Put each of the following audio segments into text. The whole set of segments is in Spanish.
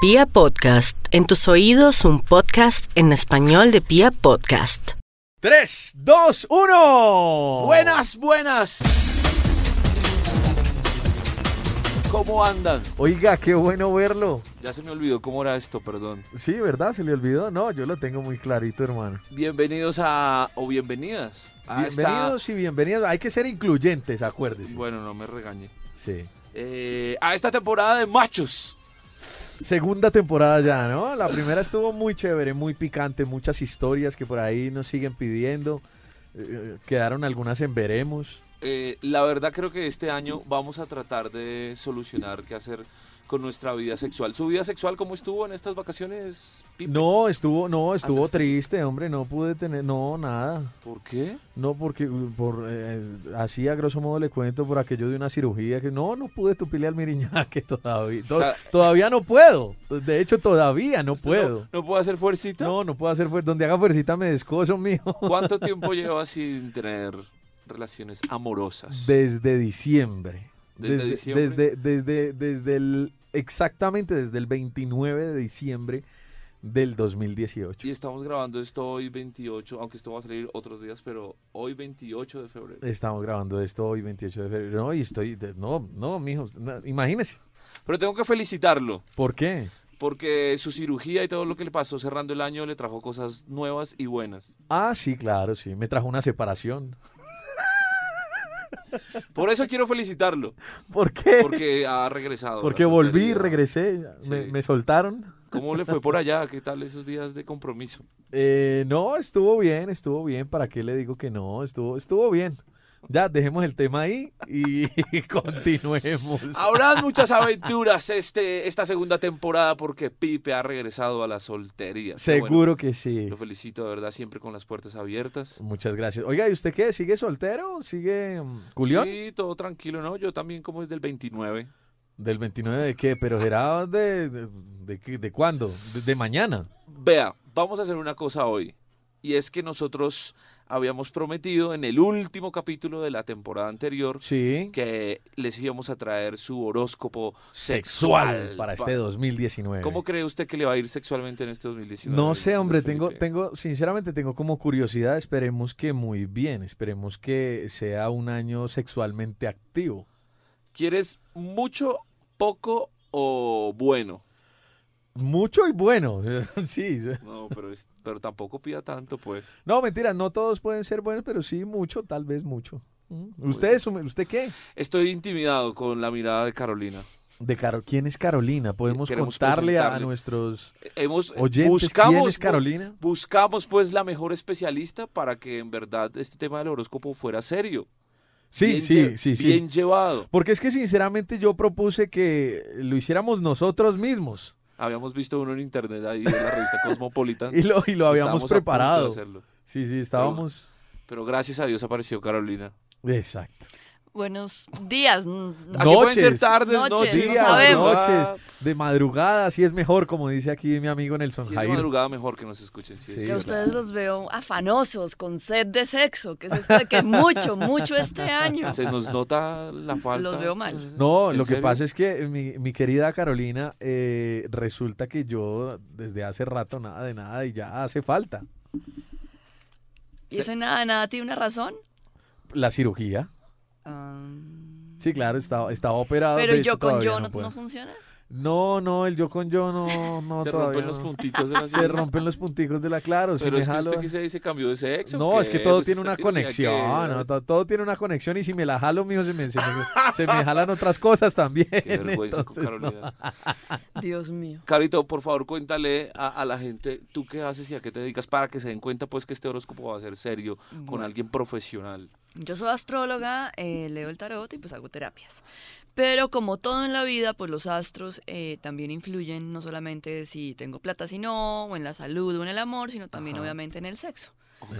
Pia Podcast, en tus oídos un podcast en español de Pia Podcast. 3, 2, 1. Buenas, buenas. ¿Cómo andan? Oiga, qué bueno verlo. Ya se me olvidó cómo era esto, perdón. Sí, ¿verdad? ¿Se le olvidó? No, yo lo tengo muy clarito, hermano. Bienvenidos a. o bienvenidas. a esta- Bienvenidos y bienvenidas. Hay que ser incluyentes, acuérdese. Bueno, no me regañe. Sí. Eh, a esta temporada de machos. Segunda temporada ya, ¿no? La primera estuvo muy chévere, muy picante, muchas historias que por ahí nos siguen pidiendo. Eh, quedaron algunas en veremos. Eh, la verdad creo que este año vamos a tratar de solucionar qué hacer con nuestra vida sexual. ¿Su vida sexual cómo estuvo en estas vacaciones? Pipe? No, estuvo, no, estuvo triste, hombre, no pude tener, no, nada. ¿Por qué? No, porque uh, por, eh, así a grosso modo le cuento por aquello de una cirugía que no, no pude tupirle al miriñaque todavía. to- O sea, todavía no puedo. De hecho, todavía no puedo. ¿No, no puedo hacer fuercita? No, no puedo hacer fuerza. Donde haga fuercita me descoso, mío. ¿Cuánto tiempo llevas sin tener relaciones amorosas? Desde diciembre. ¿Desde diciembre? Desde, desde, desde el, exactamente desde el 29 de diciembre del 2018. Y estamos grabando esto hoy 28, aunque esto va a salir otros días, pero hoy 28 de febrero. Estamos grabando esto hoy, 28 de febrero. No, y estoy, de- no, no, mijo, na- imagínese. Pero tengo que felicitarlo, ¿Por qué? porque su cirugía y todo lo que le pasó cerrando el año le trajo cosas nuevas y buenas. Ah, sí, claro, sí. Me trajo una separación. Por eso quiero felicitarlo, ¿Por qué? Porque, porque ha regresado. gracias, volví, querida. regresé, me, Sí. me soltaron. ¿Cómo le fue por allá? ¿Qué tal esos días de compromiso? Eh, no, estuvo bien, estuvo bien. ¿Para qué le digo que no? Estuvo, estuvo bien. Ya, dejemos el tema ahí y continuemos. Habrán muchas aventuras este, esta segunda temporada porque Pipe ha regresado a la soltería. Qué bueno. Seguro que sí. Lo felicito, de verdad, siempre con las puertas abiertas. Muchas gracias. Oiga, ¿y usted qué? ¿Sigue soltero? ¿Sigue mm, culión? Sí, todo tranquilo, ¿no? Yo también como es del 29. ¿Del 29 de qué? ¿Pero será de, de, de qué- de cuándo? ¿De, de mañana? Vea, vamos a hacer una cosa hoy. Y es que nosotros habíamos prometido en el último capítulo de la temporada anterior Sí. que les íbamos a traer su horóscopo Sexual, sexual, para pa- este 2019. ¿Cómo cree usted que le va a ir sexualmente en este 2019? No sé, hombre, Felipe? tengo, tengo, sinceramente tengo como curiosidad, esperemos que muy bien, esperemos que sea un año sexualmente activo. ¿Quieres mucho, poco o bueno? Mucho y bueno, sí. sí. No, pero, es- pero tampoco pida tanto, pues. No, mentira, no todos pueden ser buenos, pero sí mucho, tal vez mucho. Mm. ¿Usted, es un- usted qué? Estoy intimidado con la mirada de Carolina. De Caro- ¿Quién es Carolina? ¿Podemos Queremos contarle a- a presentarle. nuestros Hemos eh, oyentes quién buscamos es Carolina? Buscamos pues la mejor especialista para que en verdad este tema del horóscopo fuera serio. Sí, bien sí, lle- sí, sí. Bien llevado. Porque es que sinceramente yo propuse que lo hiciéramos nosotros mismos Habíamos visto uno en internet ahí en la revista Cosmopolitan. y lo, y lo habíamos Estábamos Ah, a punto de preparado. hacerlo. Sí, sí, estábamos... Pero gracias a Dios apareció Carolina. Exacto. Buenos días. mm, No, Aquí pueden ser Noches. tardes, Noches, noches, Ah. no Días, sabemos. madrugada. noches, de madrugada, así es mejor, como dice aquí mi amigo Nelson Si es de Jair. madrugada mejor que nos escuchen. sí, Sí, es Que a verdad. ustedes los veo afanosos, con sed de sexo, que es esto de que mucho, mucho este año. Se nos nota la falta. Los veo mal. No, ¿En lo que serio? pasa es que mi, mi querida Carolina, eh, resulta que yo desde hace rato nada de nada y ya hace falta Y ese nada, nada tiene una razón. la cirugía. Ah, Sí, claro, estaba, estaba operado. pero de el yo hecho, con todavía yo no, puedo. no funciona. No, no, el yo con yo no, no Se todavía rompen los no. puntitos de la Se rompen los punticos de la claro. si Pero me es que jalo- usted que se dice cambio de sexo. No, ¿o es que qué? todo Pues tiene esa una cirugía que- conexión, ¿no? To- todo tiene una conexión y si me la jalo, mijo, se me, se me, se me jalan otras cosas también. Qué vergüenza Entonces, con Carolina. Dios mío. Carito, por favor, cuéntale a, a la gente tú qué haces y a qué te dedicas para que se den cuenta pues que este horóscopo va a ser serio con Bueno. alguien profesional. Yo soy astróloga, eh, leo el tarot y pues hago terapias. Pero como todo en la vida, pues los astros eh, también influyen no solamente si tengo plata, si no, o en la salud o en el amor, sino también Ajá. obviamente en el sexo.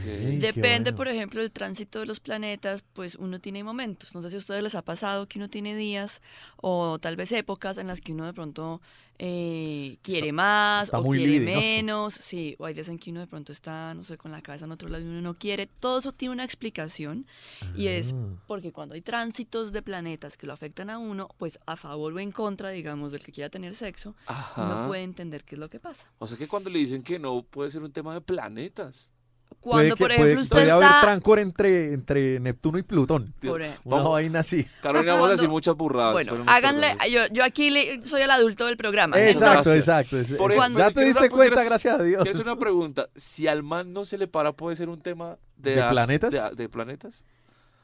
Ey, qué Depende, bueno. por ejemplo, del tránsito de los planetas, pues uno tiene momentos. No sé si a ustedes les ha pasado que uno tiene días o tal vez épocas en las que uno de pronto eh, quiere más está o muy quiere libidinoso. menos. Sí, o hay días en que uno de pronto está, no sé, con la cabeza en otro lado y uno no quiere. Todo eso tiene una explicación y es Ah. porque cuando hay tránsitos de planetas que lo afectan a uno, pues a favor o en contra, digamos, del que quiera tener sexo, Ajá. uno puede entender qué es lo que pasa. O sea que cuando le dicen que no, puede ser un tema de planetas. Puede Cuando, que- por puede- ejemplo, usted puede haber está... trancor entre, entre Neptuno y Plutón. por e- Una Vamos. vaina así. Carolina, vamos a decir Cuando- muchas burradas. Bueno, pero nos háganle, perdonamos. yo, yo aquí le- soy el adulto del programa. ¿no? Exacto, Gracias. exacto. es- Por es- ejemplo, ya yo te quiero diste una cuenta, puntera- gracias a Dios. Quiero hacer una pregunta. Si al man no se le para, ¿puede ser un tema de, ¿De as- planetas? De, de planetas?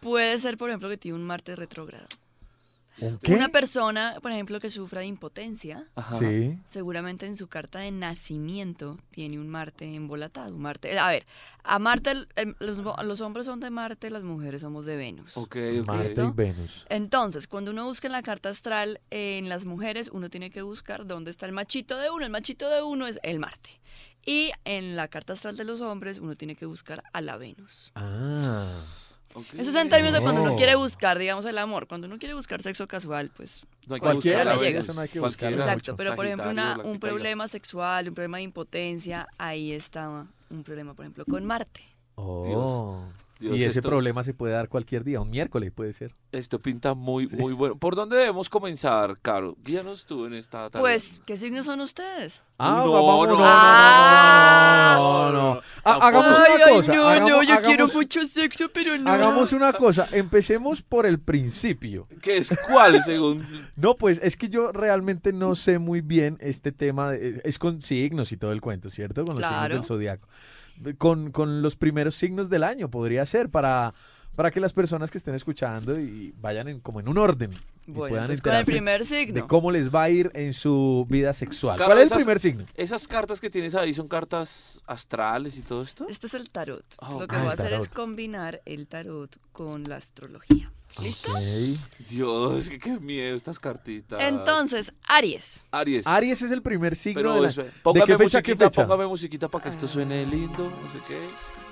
Puede ser, por ejemplo, que tiene un Marte retrógrado. ¿Un qué? Una persona, por ejemplo, que sufra de impotencia, Ajá. Sí. seguramente en su carta de nacimiento tiene un Marte embolatado. Un Marte, a ver, a Marte el- el- los, los hombres son de Marte, las mujeres somos de Venus. Ok, ok. Marte y ¿Listo? Venus. Entonces, cuando uno busca en la carta astral eh, en las mujeres, uno tiene que buscar dónde está el machito de uno. El machito de uno es el Marte. Y en la carta astral de los hombres, uno tiene que buscar a la Venus. Ah. Ok. Eso es en términos de cuando No. uno quiere buscar, digamos, el amor. Cuando uno quiere buscar sexo casual, pues. No hay que Cualquiera, buscar la le llega. Venus. Eso no hay que Cualquiera. buscarla exacto. mucho. Pero, por ejemplo, una- Sagitario, la un que caiga. problema sexual, un problema de impotencia, ahí está un problema, por ejemplo, con Marte. Oh. Dios, y ese esto- problema se puede dar cualquier día, un miércoles puede ser. Esto pinta muy, muy bueno. ¿Por dónde debemos comenzar, Caro? Guíanos tú en esta tarea. Pues, ¿qué signos son ustedes? Ah, No, vamos, no, no, no, Ah. no, no, no, no. Ha- Tampoco. Hagamos una cosa. hagamos, hagamos- mucho sexo, pero hagamos una cosa. Empecemos por el principio. ¿Qué es cuál, según? No, pues es que yo realmente no sé muy bien este tema. de- es con signos y todo el cuento, ¿cierto? Con los signos Claro. del zodiaco. Con, con los primeros signos del año podría ser para, para que las personas que estén escuchando y vayan en, como en un orden. y Bueno, puedan entonces, con el enterarse primer de signo. cómo les va a ir en su vida sexual. Claro, ¿Cuál es el esas- primer signo? ¿Esas cartas que tienes ahí son cartas astrales y todo esto? Este es el tarot. Entonces, Ah, lo que ok. Ah, voy a el hacer es tarot. combinar el tarot con la astrología. Ah, ¿Listo? Ok. Dios, qué, qué miedo estas cartitas. Entonces, Aries. Aries. Aries es el primer signo Pero del año. espera, póngame qué fecha a qué musiquita, fecha? póngame musiquita para que Ah. esto suene lindo, no sé qué.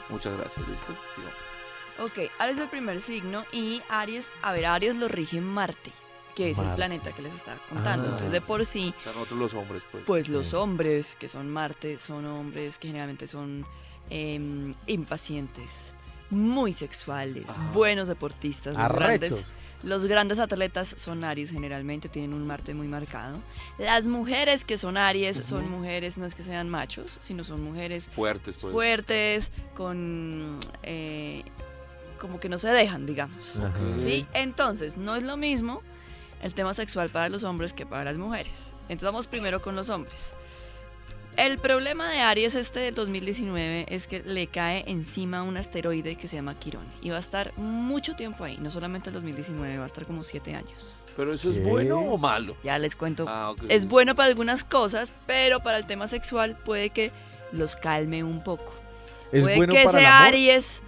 Muchas gracias, ¿listo? Sigamos. Ok, Aries es el primer signo y Aries, a ver, Aries lo rige Marte, que es el Marte. planeta que les estaba contando. Ah. Entonces, de por sí, O sea, nosotros los hombres, pues. pues los Ok. hombres que son Marte son hombres que generalmente son em, impacientes, muy sexuales, Ah. buenos deportistas, los grandes, Arrechos. los grandes atletas son Aries generalmente, tienen un Marte muy marcado. Las mujeres que son Aries son Ujú. mujeres, no es que sean machos, sino son mujeres Fuertes, pues. fuertes, con... eh, como que no se dejan, digamos. Ajá. ¿Sí? Entonces, no es lo mismo el tema sexual para los hombres que para las mujeres. Entonces vamos primero con los hombres. El problema de Aries este del 2019 es que le cae encima un asteroide que se llama Quirón y va a estar mucho tiempo ahí, no solamente el 2019, va a estar como 7 años. Pero eso es ¿Qué? bueno o malo. Ya les cuento Ah, ok. es bueno para algunas cosas, pero para el tema sexual puede que los calme un poco. Es puede bueno que para el ese amor. Aries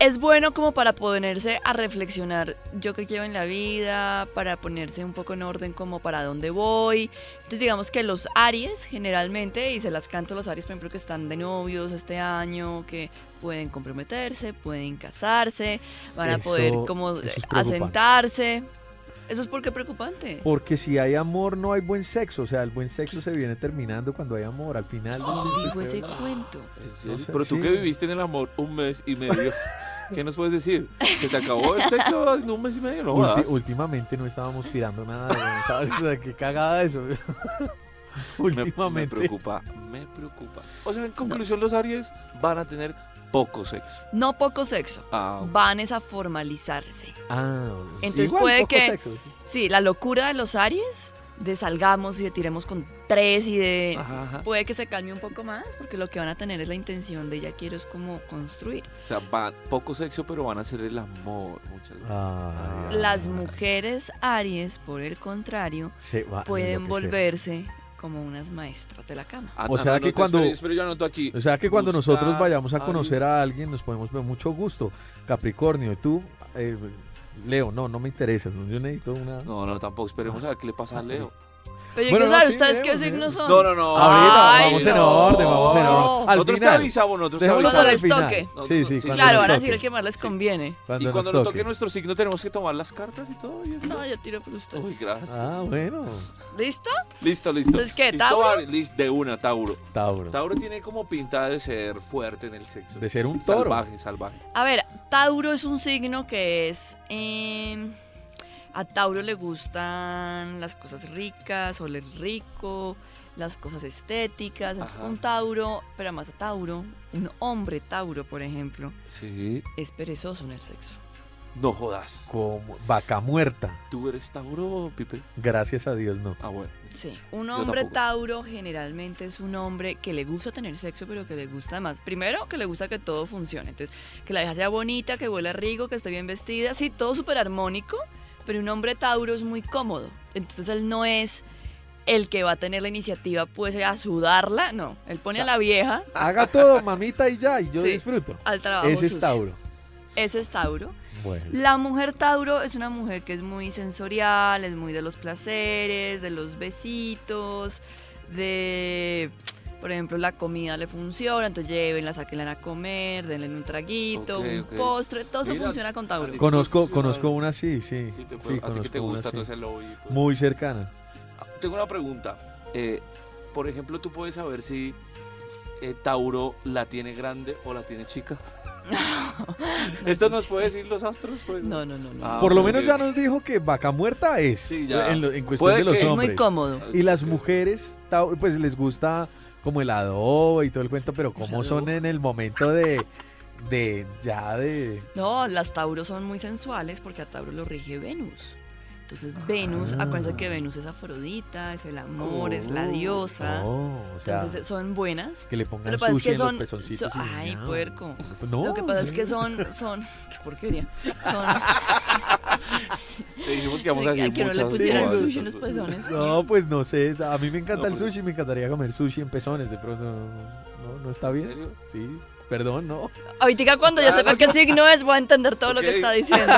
es bueno como para ponerse a reflexionar yo qué quiero en la vida, para ponerse un poco en orden como para dónde voy. Entonces digamos que los Aries generalmente, y se las canto a los Aries por ejemplo que están de novios este año, que pueden comprometerse, pueden casarse, van a Eso- poder como eso es eh, preocupante. asentarse. Eso es porque preocupante. Porque si hay amor no hay buen sexo, o sea, el buen sexo se viene terminando cuando hay amor, al final. ¿Quién pues, dijo ese peor. cuento? ¿En serio? No sé, Pero tú sí. que viviste en el amor un mes y medio, ¿qué nos puedes decir? ¿Que te acabó el sexo en un mes y medio? No, Ulti- jodas. últimamente no estábamos tirando nada, güey, ¿sabes? O sea, qué cagada eso. Me- Me, últimamente. preocupa, me preocupa. O sea, en conclusión, los Aries van a tener poco sexo. No poco sexo. Ah, ok. Van es a formalizarse. ah, Entonces igual, puede poco que- sexo. Sí, la locura de los Aries, de salgamos y de tiremos con tres y de... Ajá, ajá. Puede que se calme un poco más porque lo que van a tener es la intención de ya quiero es como construir. O sea, van poco sexo, pero van a hacer el amor muchas veces. Ah. Las mujeres Aries, por el contrario, Se va a pueden enloquecer. volverse como unas maestras de la cama. Ah, O sea que espere, cuando- espere, espere, yo anoto aquí. O sea que cuando Buscar nosotros vayamos a Aries. conocer a alguien nos podemos ver mucho gusto. Capricornio, ¿y tú, Eh, Leo, no, no me interesas. ¿no? Yo necesito una. No, no, tampoco. Esperemos a ver qué le pasa a Leo. Pero yo Bueno, quiero no, saber, sí, ¿ustedes qué miremos, signos miremos. son? No, no, no. Ahorita, Ay, vamos en no. orden, vamos en orden. Al nosotros te final. avisamos, nosotros te Dejemos avisamos. Cuando para el les final. toque. Sí, sí, Sí, cuando Claro, nos van a toque. decir el que más les conviene. Cuando y cuando nos nos toque. toque nuestro signo tenemos que tomar las cartas y todo. Y esto. No, yo tiro por ustedes. Uy, gracias. Ah, bueno. ¿Listo? Listo, listo. Entonces, ¿qué, Listo, Tauro? Ari, lis- de una, Tauro. Tauro. Tauro tiene como pinta de ser fuerte en el sexo. De ser un toro. Salvaje, salvaje. A ver, Tauro es un signo que es... eh, a Tauro le gustan las cosas ricas, oler rico, las cosas estéticas. Entonces, Ajá. un Tauro, pero más a Tauro, un hombre Tauro, por ejemplo, Sí. es perezoso en el sexo. No jodas. Como vaca muerta. ¿Tú eres Tauro, Pipe? Gracias a Dios, no. Ah, bueno. Sí, un Yo hombre tampoco. Tauro generalmente es un hombre que le gusta tener sexo, pero que le gusta más. Primero, que le gusta que todo funcione. Entonces, que la vieja sea bonita, que huela rico, que esté bien vestida. Sí, todo súper armónico, pero un hombre Tauro es muy cómodo. Entonces, él no es el que va a tener la iniciativa, pues, a sudarla. No, él pone a la vieja Haga todo, mamita, y ya, y yo Sí. disfruto. al Ah, trabajo. Ese es sucio. Tauro. Ese es Tauro. Bueno. La mujer Tauro es una mujer que es muy sensorial, es muy de los placeres, de los besitos, de, por ejemplo, la comida le funciona, entonces llévenla, sáquenla a comer, denle un traguito, Ok, un ok. postre, todo eso Mira, funciona con Tauro. a ti- Conozco, conozco una, sí, sí. Sí, te puedo- Sí, a ti que te conozco una, gusta sí. todo ese lobby. pues. Muy cercana. Ah, Tengo una pregunta. Eh, por ejemplo, ¿tú puedes saber si eh, Tauro la tiene grande o la tiene chica? ¿Esto nos puede decir los astros? pues? No, no, no, no. Ah, Por o lo sea menos que- ya nos dijo que vaca muerta es. Sí, ya. En, lo- en cuestión Puede de los que- es hombres. muy cómodo. Y las mujeres, Tauro, pues les gusta como el adobo y todo el cuento, pero cómo el son adobo. en el momento de, de ya de... No, las Tauro son muy sensuales porque a Tauro lo rige Venus. Entonces Venus, Ah. acuérdense que Venus es Afrodita, es el amor, es la Oh. diosa. Oh, o sea, Entonces son buenas. que le Lo pongan que pasa es sushi que en los son. pezoncitos. son- y- ay, no. puerco. No, Lo que pasa es sí. que son, son, qué porquería. Son, Te dijimos que vamos a Ay, decir que no le muchas pusieran cosas. sushi en los pezones. No, pues no sé. A mí me encanta No, el porque- pues, sushi, me encantaría comer sushi en pezones. De pronto, no, no está ¿En bien. serio? Sí, perdón, no. Ahorita cuando ya sepa qué signo es, voy a entender todo lo que Ok. está diciendo.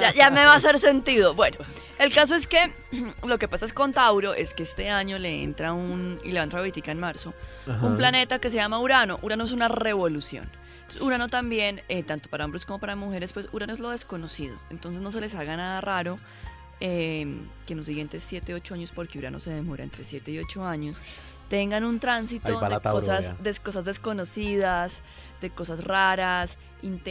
Ya, ya me va a hacer sentido. Bueno, el caso es que lo que pasa es con Tauro es que este año le entra un, y le va a entrar ahorita en marzo, un Ajá. planeta que se llama Urano. Urano es una revolución. Entonces, Urano también, eh, tanto para hombres como para mujeres, pues Urano es lo desconocido. Entonces no se les haga nada raro eh, que en los siguientes 7, 8 años, porque Urano se demora entre 7 y 8 años, tengan un Ahí tránsito va la de cosas, taurovea. de cosas desconocidas, de cosas raras,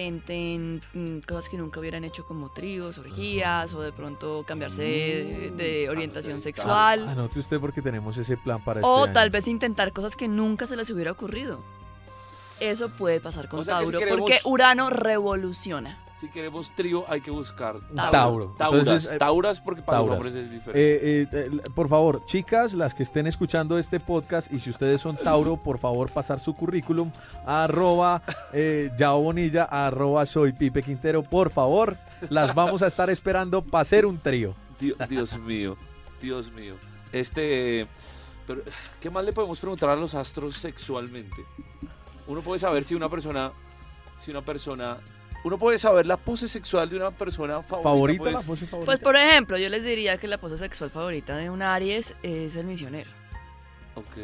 intenten mm, cosas que nunca hubieran hecho como tríos, orgías, o de pronto cambiarse de, de Mm, orientación anote- sexual. Ah, Anote usted porque tenemos ese plan para este O año. tal vez intentar cosas que nunca se les hubiera ocurrido. Eso puede pasar con O sea que si Tauro, queremos- porque Urano revoluciona. Si queremos trío, hay que buscar Tauro. Tauro. Tauras. Entonces, eh, Tauras, porque para Tauras. los hombres es diferente. Eh, eh, eh, l- por favor, chicas, las que estén escuchando este podcast y si ustedes son Tauro, por favor pasar su currículum a arroba eh, Yao Bonilla, arroba soy Pipe Quintero, por favor, las vamos a estar esperando para hacer un trío. Dio- Dios, mío, Dios mío. Este, pero ¿qué más le podemos preguntar a los astros sexualmente? Uno puede saber si una persona, si una persona, uno puede saber la pose sexual de una persona favorita. ¿Favorita pues. la pose favorita? Pues por ejemplo, yo les diría que la pose sexual favorita de un Aries es el misionero, Ok.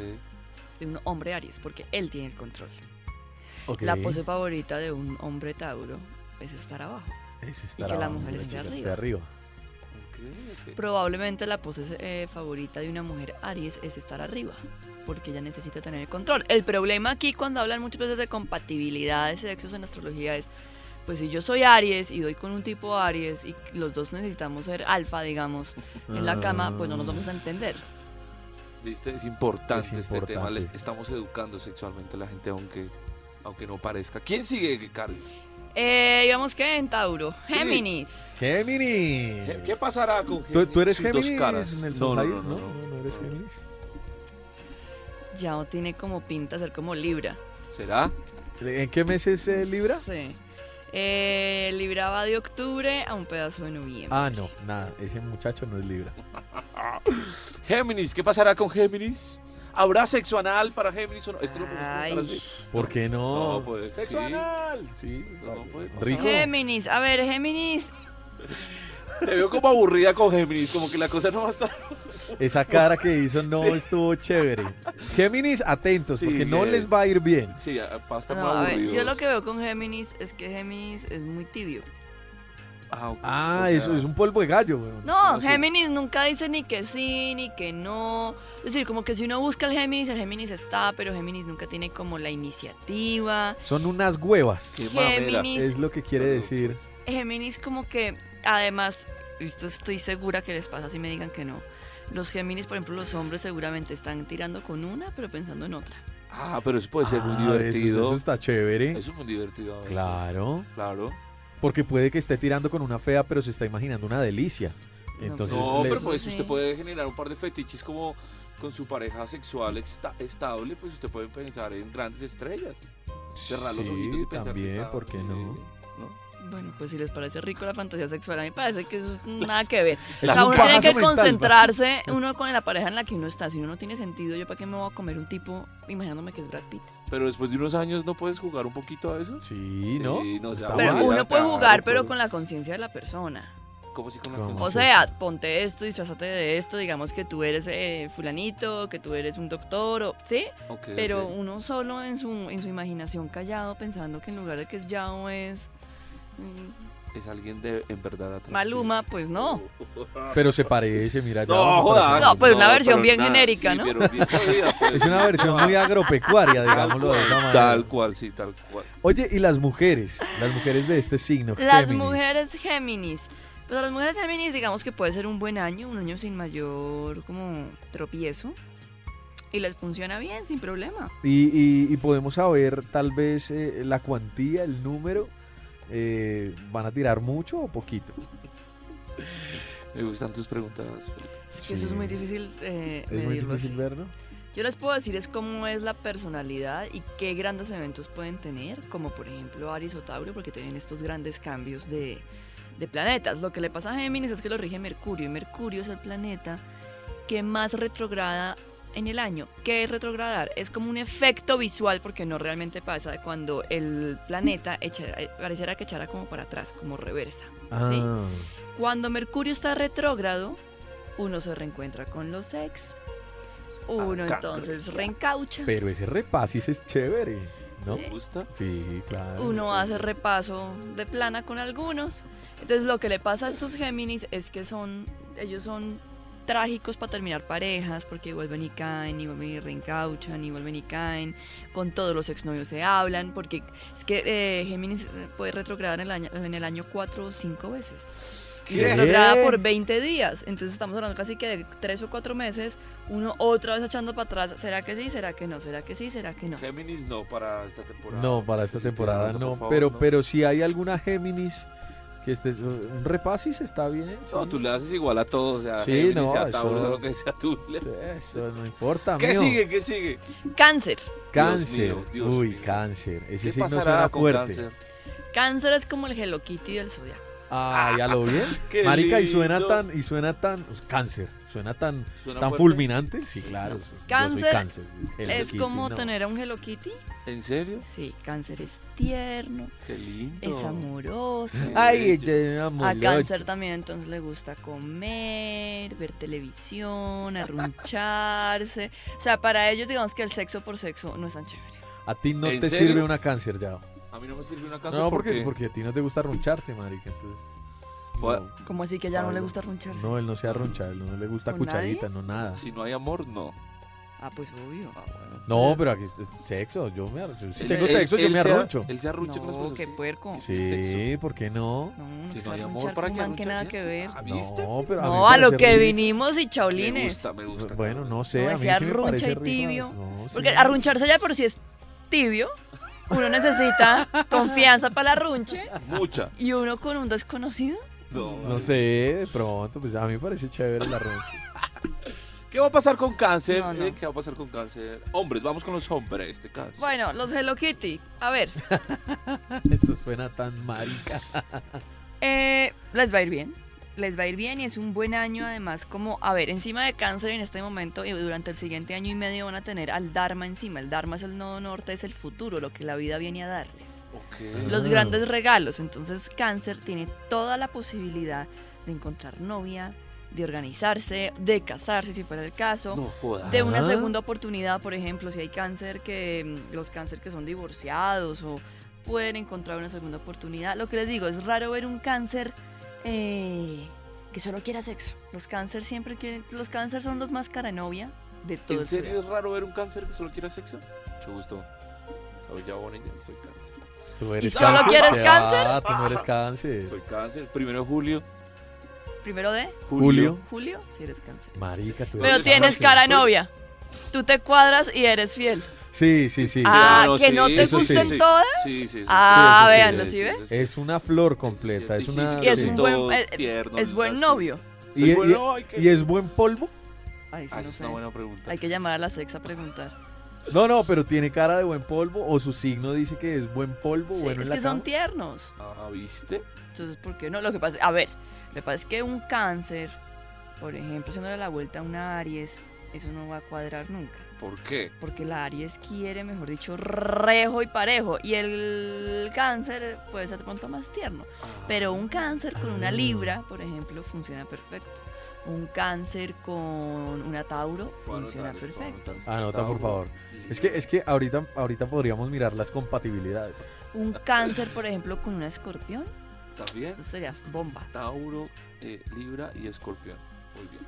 de un hombre Aries, porque él tiene el control. Ok. La pose favorita de un hombre Tauro es estar abajo. Es estar que la abajo, mujer esté chica arriba. esté arriba. ok, ok. Probablemente la pose eh, favorita de una mujer Aries es estar arriba, porque ella necesita tener el control. El problema aquí cuando hablan muchas veces de compatibilidad de sexos en astrología es, pues si yo soy Aries y doy con un tipo Aries y los dos necesitamos ser alfa, digamos, en la cama, pues no nos vamos a entender. Viste, es importante, Es este tema. les- importante. estamos educando sexualmente a la gente, aunque, aunque no parezca. ¿Quién sigue, Karen? Eh, digamos que en Tauro, Sí. Géminis. Géminis. ¿Qué pasará con ¿Tú, Géminis? tú eres Sus dos Géminis, caras. Nelson no, Jair? no, no, no, no, no eres no. Géminis. Ya no tiene como pinta de ser como Libra. ¿Será? ¿En qué mes es eh, Libra? Sí. Eh, Libra va de octubre a un pedazo de noviembre. Ah, no, nada, ese muchacho no es Libra. Géminis, ¿qué pasará con Géminis? ¿Habrá sexo anal para Géminis o no? Esto lo podemos preguntar Ay. así. ¿Por qué no? No, pues, Sexo sí. anal. Sí, No, pues, rico. Géminis, a ver, Géminis, Te veo como aburrida con Géminis, como que la cosa no va a estar. Esa cara que hizo no estuvo chévere. Géminis, atentos, Sí, porque no bien. les va a ir bien. Sí, a- va a estar No, más a ver, aburrido. yo lo que veo con Géminis es que Géminis es muy tibio. Ah, ok, Ah, o sea, eso es un polvo de gallo, weón. No, No, sí. Géminis nunca dice ni que sí, ni que no. Es decir, como que si uno busca el Géminis, el Géminis está, pero Géminis nunca tiene como la iniciativa. Son unas huevas. Qué mamera. Géminis, Es lo que quiere decir. Géminis como que, además, esto estoy segura que les pasa si me digan que no. Los Géminis, por ejemplo, los hombres seguramente están tirando con una, pero pensando en otra. Ah, pero eso puede ser muy Ah, eso- divertido. Eso, Eso, está chévere. es muy divertido. a veces. Claro. Claro. Porque puede que esté tirando con una fea, pero se está imaginando una delicia. No, Entonces, No, le- pero pues Sí. usted puede generar un par de fetiches como con su pareja sexual esta- estable, pues usted puede pensar en grandes estrellas. Cerrar los Sí, ojitos y pensar que también, está, ¿por qué eh, no? Bueno, pues si les parece rico la fantasía sexual, a mí me parece que eso es nada que ver. Es o sea, un uno tiene pajazo mental, que pa- concentrarse uno con la pareja en la que uno está. Si uno no tiene sentido, ¿yo para qué me voy a comer un tipo imaginándome que es Brad Pitt? Pero después de unos años no puedes jugar un poquito a eso. Sí, Sí, ¿no? no sea Está Pero mal. aburrida, uno puede claro, jugar, pero pues. con la conciencia de la persona. Como si con la ¿Cómo? conciencia. O sea, ponte esto, disfrazate de esto, digamos que tú eres eh, fulanito, que tú eres un doctor, o, ¿sí? Ok, ok. Pero uno solo en su, en su imaginación callado, pensando que en lugar de que es Yao es mm, es alguien de en verdad atractivo. Maluma, pues no. Pero se parece, mira. ya No, vamos a parecer. jodas. No, pues una versión pero bien genérica, sí, ¿no? pero bien jodida, pues. Es una versión muy agropecuaria, Tal digámoslo de esa cual, manera. Tal cual, sí, tal cual. Oye, y las mujeres, las mujeres de este signo. Las Géminis. mujeres Géminis. Pues las mujeres Géminis, digamos que puede ser un buen año, un año sin mayor como tropiezo. Y les funciona bien, sin problema. Y, y- y podemos saber tal vez eh, la cuantía, el número. eh, ¿Van a tirar mucho o poquito? Me gustan tus preguntas. Felipe. Es que eso es Sí. muy difícil eh, Es muy medirlo difícil así. ver, ¿no? Yo les puedo decir es cómo es la personalidad y qué grandes eventos pueden tener, como por ejemplo Aries o Tauro, porque tienen estos grandes cambios de, de planetas. Lo que le pasa a Géminis es que lo rige Mercurio, y Mercurio es el planeta que más retrograda en el año. ¿Qué es retrogradar? Es como un efecto visual, porque no realmente pasa cuando el planeta echara- eh, pareciera que echara como para atrás, como reversa. ¿sí? Ah, Cuando Mercurio está retrógrado, uno se reencuentra con los ex. Uno Ah, entonces reencaucha. Pero ese repasis es chévere, ¿no? ¿Te gusta? Sí, claro. Uno hace repaso de plana con algunos. Entonces lo que le pasa a estos Géminis es que son, ellos son trágicos para terminar parejas porque vuelven y caen, y vuelven y reencauchan, y vuelven y caen. Con todos los exnovios se hablan porque es que eh, Géminis eh, puede retrogradar en el año, en el año cuatro o cinco veces. Y ¿Qué? retrograda por 20 días. Entonces estamos hablando casi que de 3 o 4 meses. Uno otra vez echando para atrás. ¿Será que sí? ¿Será que no? ¿Será que sí? ¿Será que no? Géminis no para esta temporada. No, para esta Felipe, temporada por no, favor, pero, no. pero si hay alguna Géminis que esté... Un repasis está bien. No, sí. tú le haces igual a todos, o sea, Sí, Géminis, no, sea Tauro, eso- sea lo que sea tú. le- Eso no importa, ¿Qué mijo. sigue? ¿Qué sigue? Cáncer. Cáncer. mío, Dios Uy, mío. cáncer. Ese ¿Qué signo pasará suena con fuerte. cáncer? Cáncer es como el Hello Kitty del zodiaco. Ah, ya lo bien. Qué Marica, y suena lindo. tan, y suena tan, pues, cáncer, suena tan, ¿Suena tan fuerte? fulminante. Sí, claro. yo soy Cáncer cáncer. Hello Es Kitty, como no. tener a un Hello Kitty. ¿En serio? Sí, Cáncer es tierno, Qué lindo. es amoroso. Ay, ella A Cáncer también entonces le gusta comer, ver televisión, arruncharse. O sea, para ellos digamos que el sexo por sexo no es tan chévere. A ti no ¿En te serio? sirve una cáncer ya. A mí no me sirve una canción No, porque... porque, porque a ti no te gusta arruncharte, marica. Entonces, Pues, no. Como así que ya no le Pablo. gusta arruncharse. No, él no se arruncha, él no le gusta ¿Con nadie? cucharita, no nada. Si no hay amor, no. Ah, pues obvio. Ah, bueno. No, pero aquí es es sexo, yo me arruncho. Si Él- tengo él- sexo, yo él me se- arruncho. Él se arruncha con las No, personas. qué que- puerco. Sí, ¿por qué no? No, no, Si que no se hay arrunchar amor, ¿para con qué man que nada arruncharse? que ver. Ah, ¿viste? No, pero mí me No, a lo parece que rico. vinimos y Me chaulines. gusta, pues, me gusta. Bueno, no sé, No, a mí ese sí me arruncha parece y rico. tibio. No, sí. Porque arruncharse ya por si es tibio. Uno necesita confianza para el arrunche. Mucha. Y uno con un desconocido. No, No sé, de pronto, pues a mí me parece chévere el arruncho. ¿Qué va a pasar con cáncer? No, no. Eh, ¿Qué va a pasar con cáncer? Hombres, vamos con los hombres de cáncer. Bueno, los Hello Kitty. A ver, Eso suena tan marica. eh, les va a ir bien. Les va a ir bien y es un buen año además como, a ver, encima de cáncer en este momento y durante el siguiente año y medio van a tener al Dharma encima. El Dharma es el nodo norte, es el futuro, lo que la vida viene a darles. Ok. los Ah. grandes regalos. Entonces Cáncer tiene toda la posibilidad de encontrar novia, de organizarse, de casarse si fuera el caso, No jodas. de una Ajá. segunda oportunidad, por ejemplo, si hay cáncer que mm, los cáncer que son divorciados o pueden encontrar una segunda oportunidad. Lo que les digo, es raro ver un cáncer eh, que solo quiera sexo. Los cáncer siempre quieren, los cáncer son los más cara de novia de todo ¿En el serio zodiaco. es raro ver un cáncer que solo quiera sexo? Mucho gusto. Soy ya bonilla y soy cáncer. Tú eres solo cáncer, quieres te cáncer? va, tú no eres cáncer. Soy cáncer. Primero de julio. Primero de Julio. julio, si eres cáncer. Marica, tú Pero eres tienes cáncer. cara de novia. Tú te cuadras y eres fiel. Sí, sí, sí. Ah, no, que sí, no te eso sí. gusten todas. Sí, sí, sí. Sí, Ah, eso sí, véanlo, ¿sí ve? Es una flor completa. Es una. Y es sí. un buen- eh, tierno, Es buen así. novio. Y- Soy y- bueno, ay, qué- ¿Y es buen polvo? Ay, sí, Ah, no esa es sé. una buena pregunta. Hay que llamar a la sexa a preguntar. No, no, pero tiene cara de buen polvo o su signo dice que es buen polvo, Sí, bueno es en la que son cama. tiernos. Ah, ¿viste? Entonces, ¿por qué no? Lo que pasa, a ver, lo que pasa es que un cáncer, por ejemplo, haciéndole la vuelta a una Aries, eso no va a cuadrar nunca. ¿Por qué? Porque la Aries quiere, mejor dicho, rejo y parejo. Y el cáncer puede ser de pronto más tierno. Ah, Pero un cáncer con una Ah. libra, por ejemplo, funciona perfecto. Un cáncer con una Tauro puedo anotar funciona esto, puedo perfecto. anotar esto. Anota, Tauro, Ah, por favor. Libra. Es que, es que ahorita, ahorita podríamos mirar las compatibilidades. Un cáncer, por ejemplo, con una escorpión, También eso sería bomba. Tauro, eh, Libra y Escorpión. Muy bien.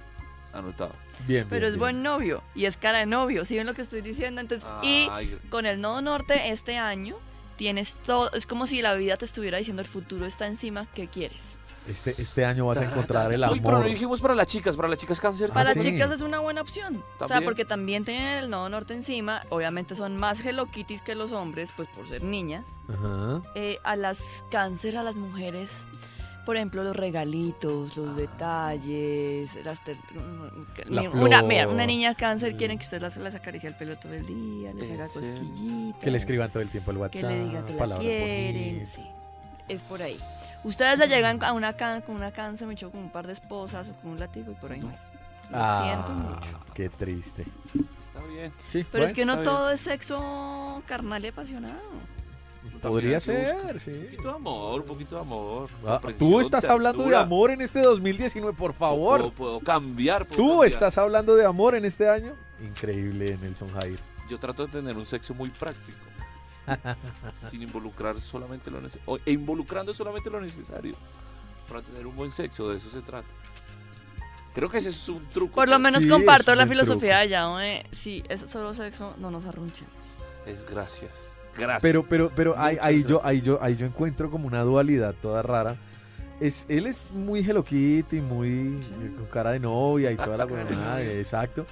Anotado. Bien, Pero bien, es bien. buen novio y es cara de novio, ¿sí ven lo que estoy diciendo? Entonces, y Ay, gra- con el nodo norte este año tienes todo, es como si la vida te estuviera diciendo el futuro está encima, ¿qué quieres? Este, este año vas a encontrar el Uy, pero amor. no dijimos para las chicas, para las chicas cáncer. Para Ah, las sí. chicas es una buena opción. O sea, También. porque también tienen el nodo norte encima, obviamente son más Hello Kitties que los hombres, pues por ser niñas. Ajá. Eh, a las cáncer, a las mujeres, por ejemplo, los regalitos, los detalles, las ter- Ah. La Mira, una, flor. mira, una niña cáncer quiere Mm. que usted las, las acaricie el pelo todo el día, les haga Ese. cosquillitas. Que le escriban todo el tiempo el WhatsApp. que le diga que la palabras quieren, bonitas. sí. Es por ahí. Ustedes le llegan a una can- con una cáncer, me echó con un par de esposas o con un látigo y por ahí no es. Lo Ah, siento mucho. Qué triste. Está bien. Sí, Pero bueno, es que no está bien. todo es sexo carnal y apasionado. podría También hay que ser, buscar Un sí. poquito de amor, un poquito de amor. Ah, Tú comprensión, estás hablando de ternura. amor en este 2019, por Puedo, favor. puedo cambiar. puedo Tú cambiar. estás hablando de amor en este año. Increíble, Nelson Jair. Yo trato de tener un sexo muy práctico. sin involucrar solamente lo necesario. E involucrando solamente lo necesario. Para tener un buen sexo, de eso se trata. Creo que ese es un truco. Por lo ¿no? menos Sí, comparto es la buen filosofía truco. de Yao, eh. Si es solo sexo, no nos arrunchen. Es gracias. Gracias. Pero, pero, pero ahí, Muchas ahí yo, gracias. ahí yo, ahí yo encuentro como una dualidad toda rara. Es, él es muy Hello Kitty, muy Sí. eh, con cara de novia y toda la Cara de huevonada, novia. exacto.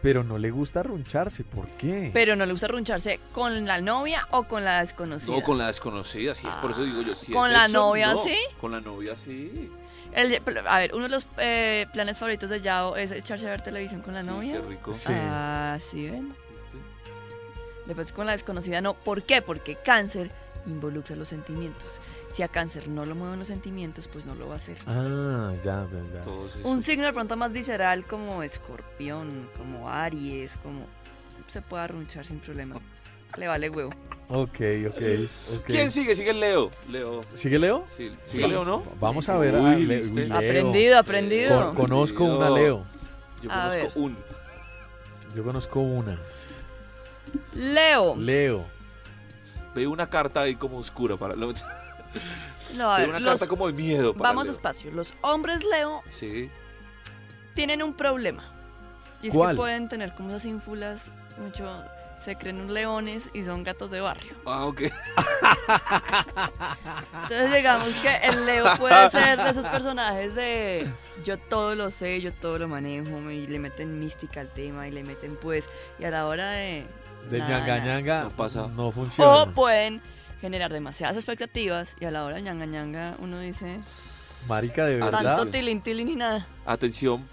Pero no le gusta arruncharse, ¿por qué? Pero no le gusta arruncharse con la novia o con la desconocida. No, con la desconocida, sí, por eso digo yo. Si es Ah, ¿Con la sexo, novia, no. sí? Con la novia, sí. El- a ver, uno de los eh, planes favoritos de Yao es echarse a ver televisión con la Sí, novia. Qué rico. Sí. Ah, sí, ven. ¿viste? Le pasa con la desconocida, no. ¿Por qué? Porque cáncer involucra los sentimientos. Si a cáncer no lo mueven los sentimientos, pues no lo va a hacer. Ah, ya, ya, ya. Todos esos- Un signo de pronto más visceral como escorpión, como aries, como... Se puede arrunchar sin problema. Le vale huevo. Ok, ok, ok. ¿Quién sigue? Sigue Leo. Leo. ¿Sigue Leo? Sí, sigue Sí. Leo, ¿no? Vamos Sí, a sí, ver sí. a Uy, Le- ¿viste? uy, Leo. Aprendido, aprendido. Con- conozco una Leo. Yo A conozco ver. un. Yo conozco una. Leo. Leo. Veo una carta ahí como oscura para. Leo. No, a Veo ver, una los- carta como de miedo para. vamos Leo. despacio. Los hombres Leo Sí. tienen un problema. Y es ¿Cuál? que pueden tener como esas ínfulas, mucho... Se creen un leones y son gatos de barrio. Ah, ok. Ah. Entonces digamos que el Leo puede ser de esos personajes de yo todo lo sé, yo todo lo manejo me- y le meten mística al tema y le meten pues y a la hora de... De nada, ñanga nada. ñanga No pasa. no funciona. O pueden generar demasiadas expectativas y a la hora de ñanga ñanga uno dice Marica, de Tanto verdad. Ah, tanto tilín tilín y nada. Atención,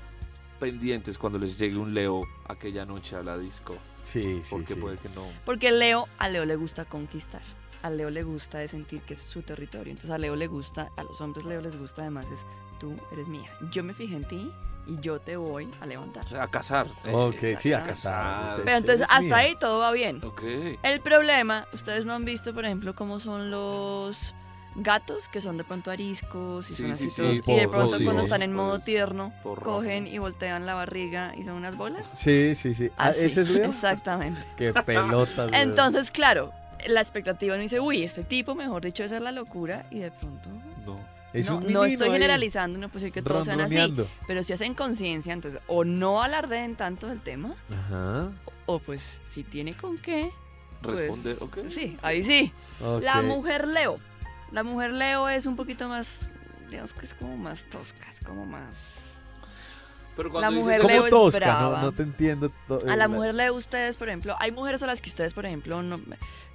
pendientes cuando les llegue un Leo aquella noche a la disco. Sí, sí, Porque sí. puede que no. Porque el Leo, a Leo le gusta conquistar. A Leo le gusta de sentir que es su territorio. Entonces a Leo le gusta, a los hombres Leo les gusta además es tú eres mía. Yo me fijé en ti y yo te voy a levantar. O sea, a casar. eh, Ok, sí, a Exactamente. casar. Pero entonces hasta ahí todo va bien. Ok. El problema, ustedes no han visto, por ejemplo, cómo son los gatos que son de pronto ariscos y Sí, son sí, así sí, todos. y por- de pronto sí, cuando por- están en modo tierno, por- cogen y voltean la barriga y son unas bolas. Sí, sí, sí. Ah, Así, ¿Ese es Leo? Exactamente. Qué pelotas, weón. Entonces, claro, la expectativa no dice, uy, este tipo, mejor dicho, esa es la locura. Y de pronto. No. Es no, un no menino estoy ahí, generalizando, no puedo decir que todos sean así. ronroneando. Pero si hacen conciencia, entonces, o no alardeen tanto del tema, Ajá. o pues si tiene con qué. pues, Responde, ok. Sí, ahí sí. ok. La mujer Leo. La mujer Leo es un poquito más. Digamos que es como más tosca, es como más. Pero La cuando mujer dices, Leo ¿Cómo es tosca? No, brava. no te entiendo. to- A eh, la mujer Leo, ustedes, por ejemplo, hay mujeres a las que ustedes, por ejemplo, no,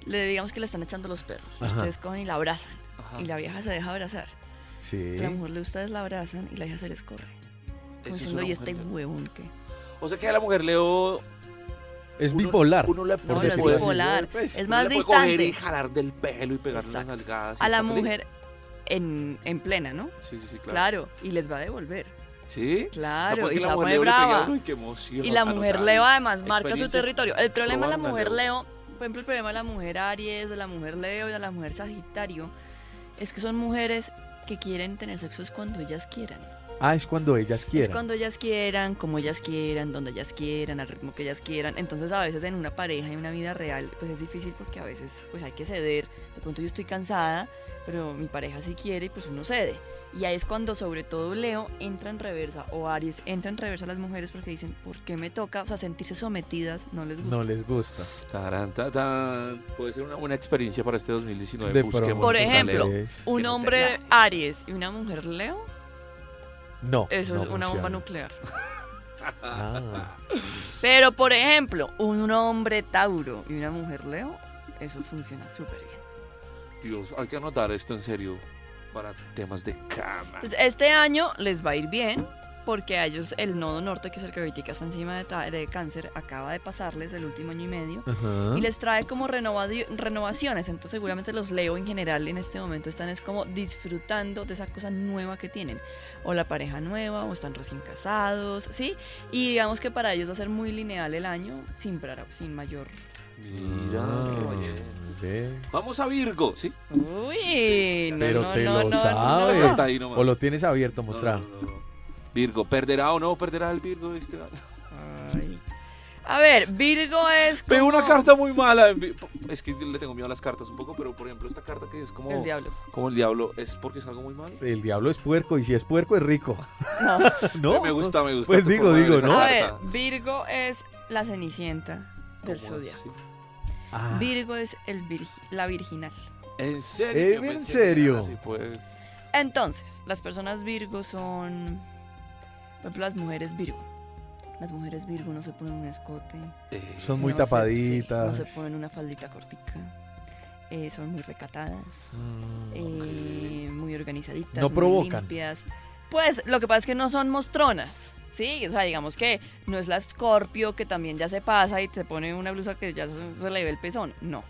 le digamos que le están echando los perros. Ajá. Ustedes cogen y la abrazan. Ajá, Y la vieja se deja abrazar. Sí. Pero a la mujer Leo, ustedes la abrazan y la vieja se les corre. eso Como es diciendo, una y mujer este Leo". huevón que. O sea que a la mujer Leo Es uno- bipolar. uno le por No, no es decirlo así. bipolar, Pues, es uno más le puede coger y distante. jalar del pelo y pegarle unas Exacto. nalgadas. y A la está feliz. mujer en, en plena, ¿no? Sí, sí, sí, claro. Claro. Y les va a devolver. ¿Sí? Claro. Tampoco es y que se la va mujer a poner Leo le pegue a brava. uno, y ah, qué emoción, Y la tan mujer tal. Leo además marca su experiencia. territorio. El problema de la Probar una mujer Leo. Leo, por ejemplo, el problema de la mujer Aries, de la mujer Leo y de la mujer Sagitario, es que son mujeres que quieren tener sexo es cuando ellas quieran. Ah, es cuando ellas Es quieran. cuando ellas quieran, como ellas quieran, donde ellas quieran, al ritmo que ellas quieran. Entonces a veces en una pareja, en una vida real, pues es difícil porque a veces pues hay que ceder. De pronto yo estoy cansada, pero mi pareja sí quiere y pues uno cede. Y ahí es cuando sobre todo Leo entra en reversa o Aries entra en reversa las mujeres porque dicen, ¿por qué me toca? O sea, sentirse sometidas no les gusta. No les gusta. Tarán, tatán. Puede ser una buena experiencia para este 2019. De Busquemos pronto, Por un ejemplo, Leo. es- Un que no hombre esté nada. Aries y una mujer Leo, No. eso no es una bomba funciona. nuclear. Ah. Pero por ejemplo, un hombre Tauro y una mujer Leo, eso funciona súper bien. Dios, hay que anotar esto en serio para temas de cama. Entonces, este año les va a ir bien porque a ellos el nodo norte, que es el que ahorita está encima de, ta- de cáncer, acaba de pasarles el último año y medio. Ajá. Y les trae como renovadi- renovaciones, entonces seguramente los leo en general en este momento están es como disfrutando de esa cosa nueva que tienen, o la pareja nueva, o están recién casados, ¿sí? Y digamos que para ellos va a ser muy lineal el año, sin, pra- sin mayor... Mira. Ah, qué rollo. ve. Vamos a Virgo, ¿sí? Uy, no, Pero no, te no, lo no, no, sabes. no. Hasta ahí nomás. Ah, O lo tienes abierto, mostrar. No, no, no, no. Virgo, ¿perderá o no perderá el Virgo este año? Ay. A ver, Virgo es como... Veo una carta muy mala. en vi- Es que le tengo miedo a las cartas un poco, pero por ejemplo, esta carta que es como El diablo. como el diablo es porque es algo muy malo. El diablo es puerco y si es puerco es rico. No. ¿No? Me gusta, me gusta. Pues tu digo, forma de ver digo, esa ¿no? A ver, carta. Virgo es la cenicienta del ¿Cómo zodiaco. así? Ah, Virgo es el virgi- la virginal. ¿En serio? Eh, ¿en Yo pensé que era serio? así, pues. Entonces, las personas Virgo son. Por ejemplo, las mujeres Virgo. Las mujeres Virgo no se ponen un escote. Eh, son muy no se- sí, tapaditas. no se ponen una faldita cortica. eh, son muy recatadas. Mm, eh, muy organizaditas. No muy provocan. limpias. Pues lo que pasa es que no son mostronas. Sí, o sea, digamos que no es la Scorpio que también ya se pasa y se pone una blusa que ya se, se le ve el pezón. No,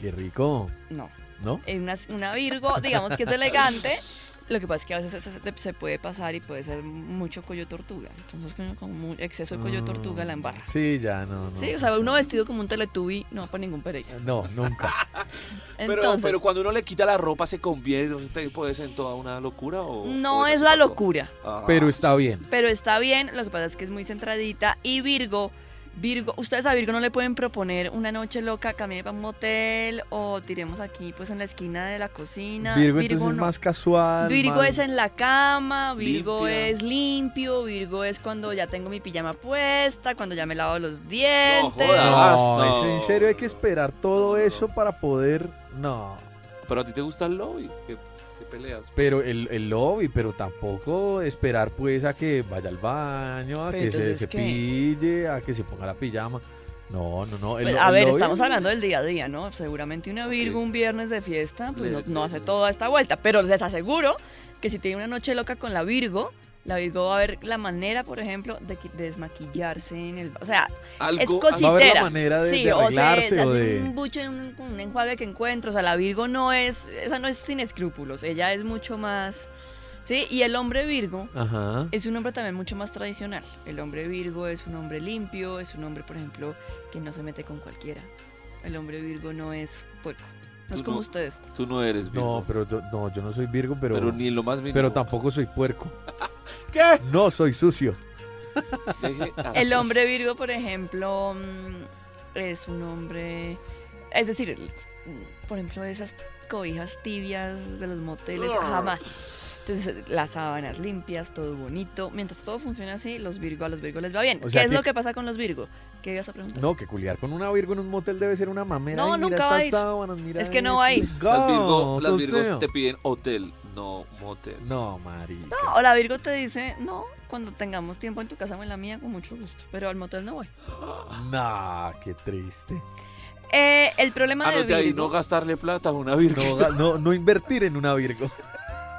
Qué rico, no. ¿no? Eh, Una, una Virgo, digamos que es elegante. Lo que pasa es que a veces se, se- se puede pasar y puede ser mucho cuello tortuga. Entonces, con, con mu- exceso de cuello Mm, tortuga la embarra. Sí, ya, no. no Sí, o sea, uno funciona. vestido como un teletubi no va para ningún perella. No, nunca. Pero, Entonces, pero cuando uno le quita la ropa se convierte, ¿te puedes en toda una locura o o no es es así la como- locura. Ah, Pero está bien. Pero está bien, lo que pasa es que es muy centradita. Y Virgo, Virgo, ustedes a Virgo no le pueden proponer una noche loca, camine para un motel o tiremos aquí pues en la esquina de la cocina. Virgo entonces es no. más casual. Virgo más- es en la cama, Virgo Limpia. es limpio, Virgo es cuando ya tengo mi pijama puesta, cuando ya me lavo los dientes. joda. No, No. es en serio, hay que esperar todo No, no. eso para poder. No. pero a ti te gusta el lobby, que, que peleas. Pero el, el lobby, pero tampoco esperar pues a que vaya al baño, a Pero que se entonces, ¿qué? cepille, a que se ponga la pijama. No, no, no. el- Pues, a el ver, lobby- estamos hablando del día a día, ¿no? Seguramente una Virgo Ok. un viernes de fiesta, pues no, Le- no le- hace toda esta vuelta, pero les aseguro que si tiene una noche loca con la Virgo, la Virgo va a ver la manera, por ejemplo, de, qui- de desmaquillarse en el... O sea, Algo, es ah, Va a cosita. haber la Citera. manera de, sí, de o arreglarse sea, o hace de. un buche, un, un enjuague que encuentro. O sea, la Virgo no es, esa no es sin escrúpulos, ella es mucho más, ¿sí? Y el hombre Virgo Ajá. es un hombre también mucho más tradicional. El hombre Virgo es un hombre limpio, es un hombre, por ejemplo, que no se mete con cualquiera. El hombre Virgo no es puerco. No Pues es Tú como no. ustedes. Tú no eres Virgo. No, pero yo, no, yo no soy Virgo, pero, pero, pero, ni lo más mínimo. tampoco soy puerco. ¿Qué? No soy sucio. Deje ah, a El su- hombre Virgo, por ejemplo, mm, es un hombre. Es decir, el- mm, por ejemplo, esas cobijas tibias de los moteles, jamás. Entonces, las sábanas limpias, todo bonito. Mientras todo funciona así, los Virgo a los Virgo les va bien. O sea ¿Qué es que- lo que pasa con los Virgo? ¿Qué ibas a preguntar? No, que culiar con una Virgo en un motel debe ser una mamera. No, Ay, mira nunca va a estas ir. sábanas, mira Es que no va a esto. ir. Las, Virgo, Go, las so Virgos sea. te piden hotel, no motel. No, marica. O la Virgo te dice, no, cuando tengamos tiempo en tu casa o en la mía, con mucho gusto. Pero al motel no voy. Nah, qué triste. Eh, el problema de Anote Virgo. ahí, Ah, no gastarle plata a una Virgo. No, ga- no, no invertir en una Virgo.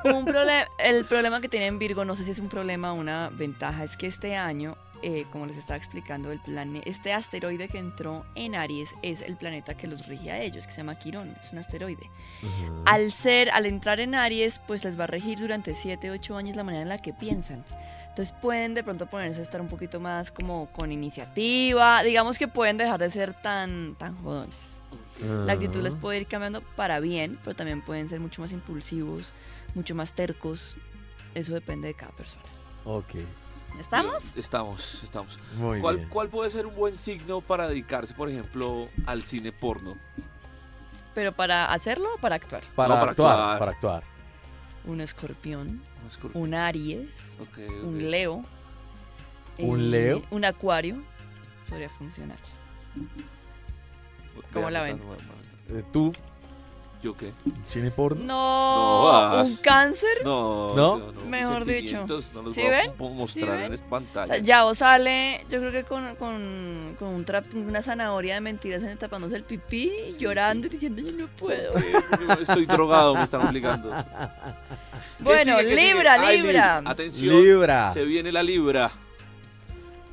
un prole- el problema que tienen Virgo, no sé si es un problema o una ventaja, es que este año, eh, como les estaba explicando, el plane- este asteroide que entró en Aries es el planeta que los rige a ellos, que se llama Quirón, es un asteroide. Al ser, al entrar en Aries, pues les va a regir durante 7, 8 años la manera en la que piensan. Entonces pueden de pronto ponerse a estar un poquito más como con iniciativa, digamos que pueden dejar de ser tan, tan jodones. La actitud les puede ir cambiando para bien, pero también pueden ser mucho más impulsivos, mucho más tercos. Eso depende de cada persona. Ok, ¿Estamos? Estamos, estamos. muy ¿Cuál, bien. ¿Cuál puede ser un buen signo para dedicarse, por ejemplo, al cine porno? Pero para hacerlo o para actuar. Para, No, para actuar, actuar. para actuar. Un escorpión, Un escorpio- un aries, ok, ok. un leo. Eh, ¿Un Leo? Un acuario. Podría funcionar. Voy ¿Cómo la ven? anotando, voy anotando. Eh, ¿Tú, ¿Yo qué? cine porno? No, No, un as- cáncer. No, ¿No? yo mis Mejor dicho. sentimientos No los ¿Sí voy a ven? po- ¿Sí mostrar ven? en O pantalla. sea, ya vos sale, yo creo que con, con, con un trap- una zanahoria de mentiras en tapándose el pipí, Sí, llorando sí. y diciendo yo no puedo. Eh, Estoy drogado, me están obligando. ¿Qué sigue? Bueno, ¿Qué sigue? Libra, Ay, Libra. Atención, Libra. se viene la Libra.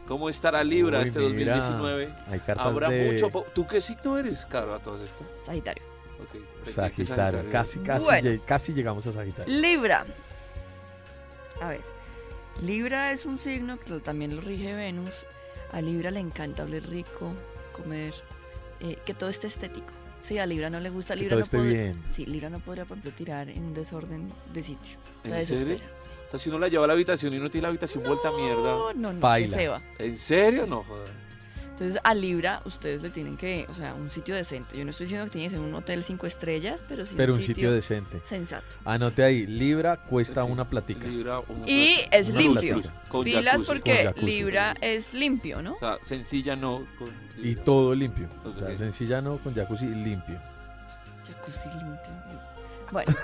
¿Cómo estará Libra Uy, este mira, 2019? Hay cartas Habrá de mucho... po- ¿Tú qué signo eres, Caro, a todas estas? Sagitario. Ok, pendiente eh. Sagitario. Casi, casi, Bueno. lleg- casi llegamos a Sagitario. Libra. A ver. Libra es un signo que lo- también lo rige Venus. A Libra le encanta hablar rico, comer, eh, que todo esté estético. Sí, a Libra no le gusta. Que Libra todo no esté podr- bien. Sí, Libra no podría, por ejemplo, tirar en un desorden de sitio. Se ¿En desespera. O sea, si uno la lleva a la habitación y no tiene la habitación vuelta a mierda. No, no, no. Baila. Se va. ¿En serio? Sí. No, joder. Entonces, a Libra ustedes le tienen que, o sea, un sitio decente. Yo no estoy diciendo que tiene que ser un hotel cinco estrellas, pero sí Pero un sitio decente. Ah, sensato. Anote ahí, Libra cuesta Sí. una platica. Libra, un- Y es Una limpio. platica. Con Pilas jacuzzi. Con porque jacuzzi. Libra es limpio, ¿no? O sea, sencilla no. Con Y Libra. todo limpio. O Ok. sea, sencilla no, con jacuzzi limpio. Jacuzzi limpio. Bueno,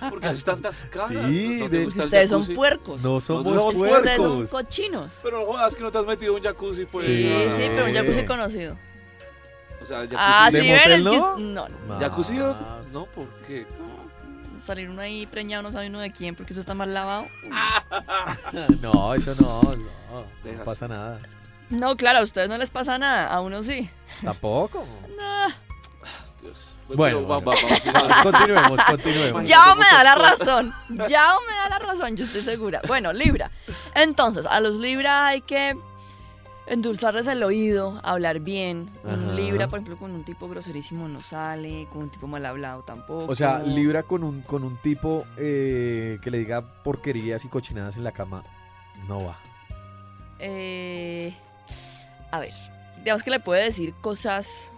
Ah, Porque haces tantas caras. Sí, ¿No te de- gusta el ustedes son jacuzzi? puercos. No somos somos Es que ustedes son puercos. cochinos. Pero no jodas que no te has metido un jacuzzi, pues. sí, Ah, sí, pero un sí. jacuzzi conocido. O sea, jacuzzi. Ah, eh, ¿De sí, ven, motel es que. no? No, Ma- ¿Jacuzzi? o- Ah. No, ¿por qué? no. Salir uno ahí preñado, no sabe uno de quién, porque eso está mal lavado. No, eso no, no. Dejas. No pasa nada. No, claro, a ustedes no les pasa nada, a uno sí. Tampoco. Pues, Dios. Bueno, pero va- bueno. va- vamos a ir a- Continuemos, continuemos. Ya. Yao me da la muchas razón. Yao me da la razón, yo estoy segura. Bueno, Libra. Entonces, a los Libra hay que endulzarles el oído, hablar bien. Ajá. Un Libra, por ejemplo, con un tipo groserísimo no sale, con un tipo mal hablado tampoco. O sea, Libra con un, con un tipo eh, que le diga porquerías y cochinadas en la cama, no va. Eh, a ver, digamos que le puede decir cosas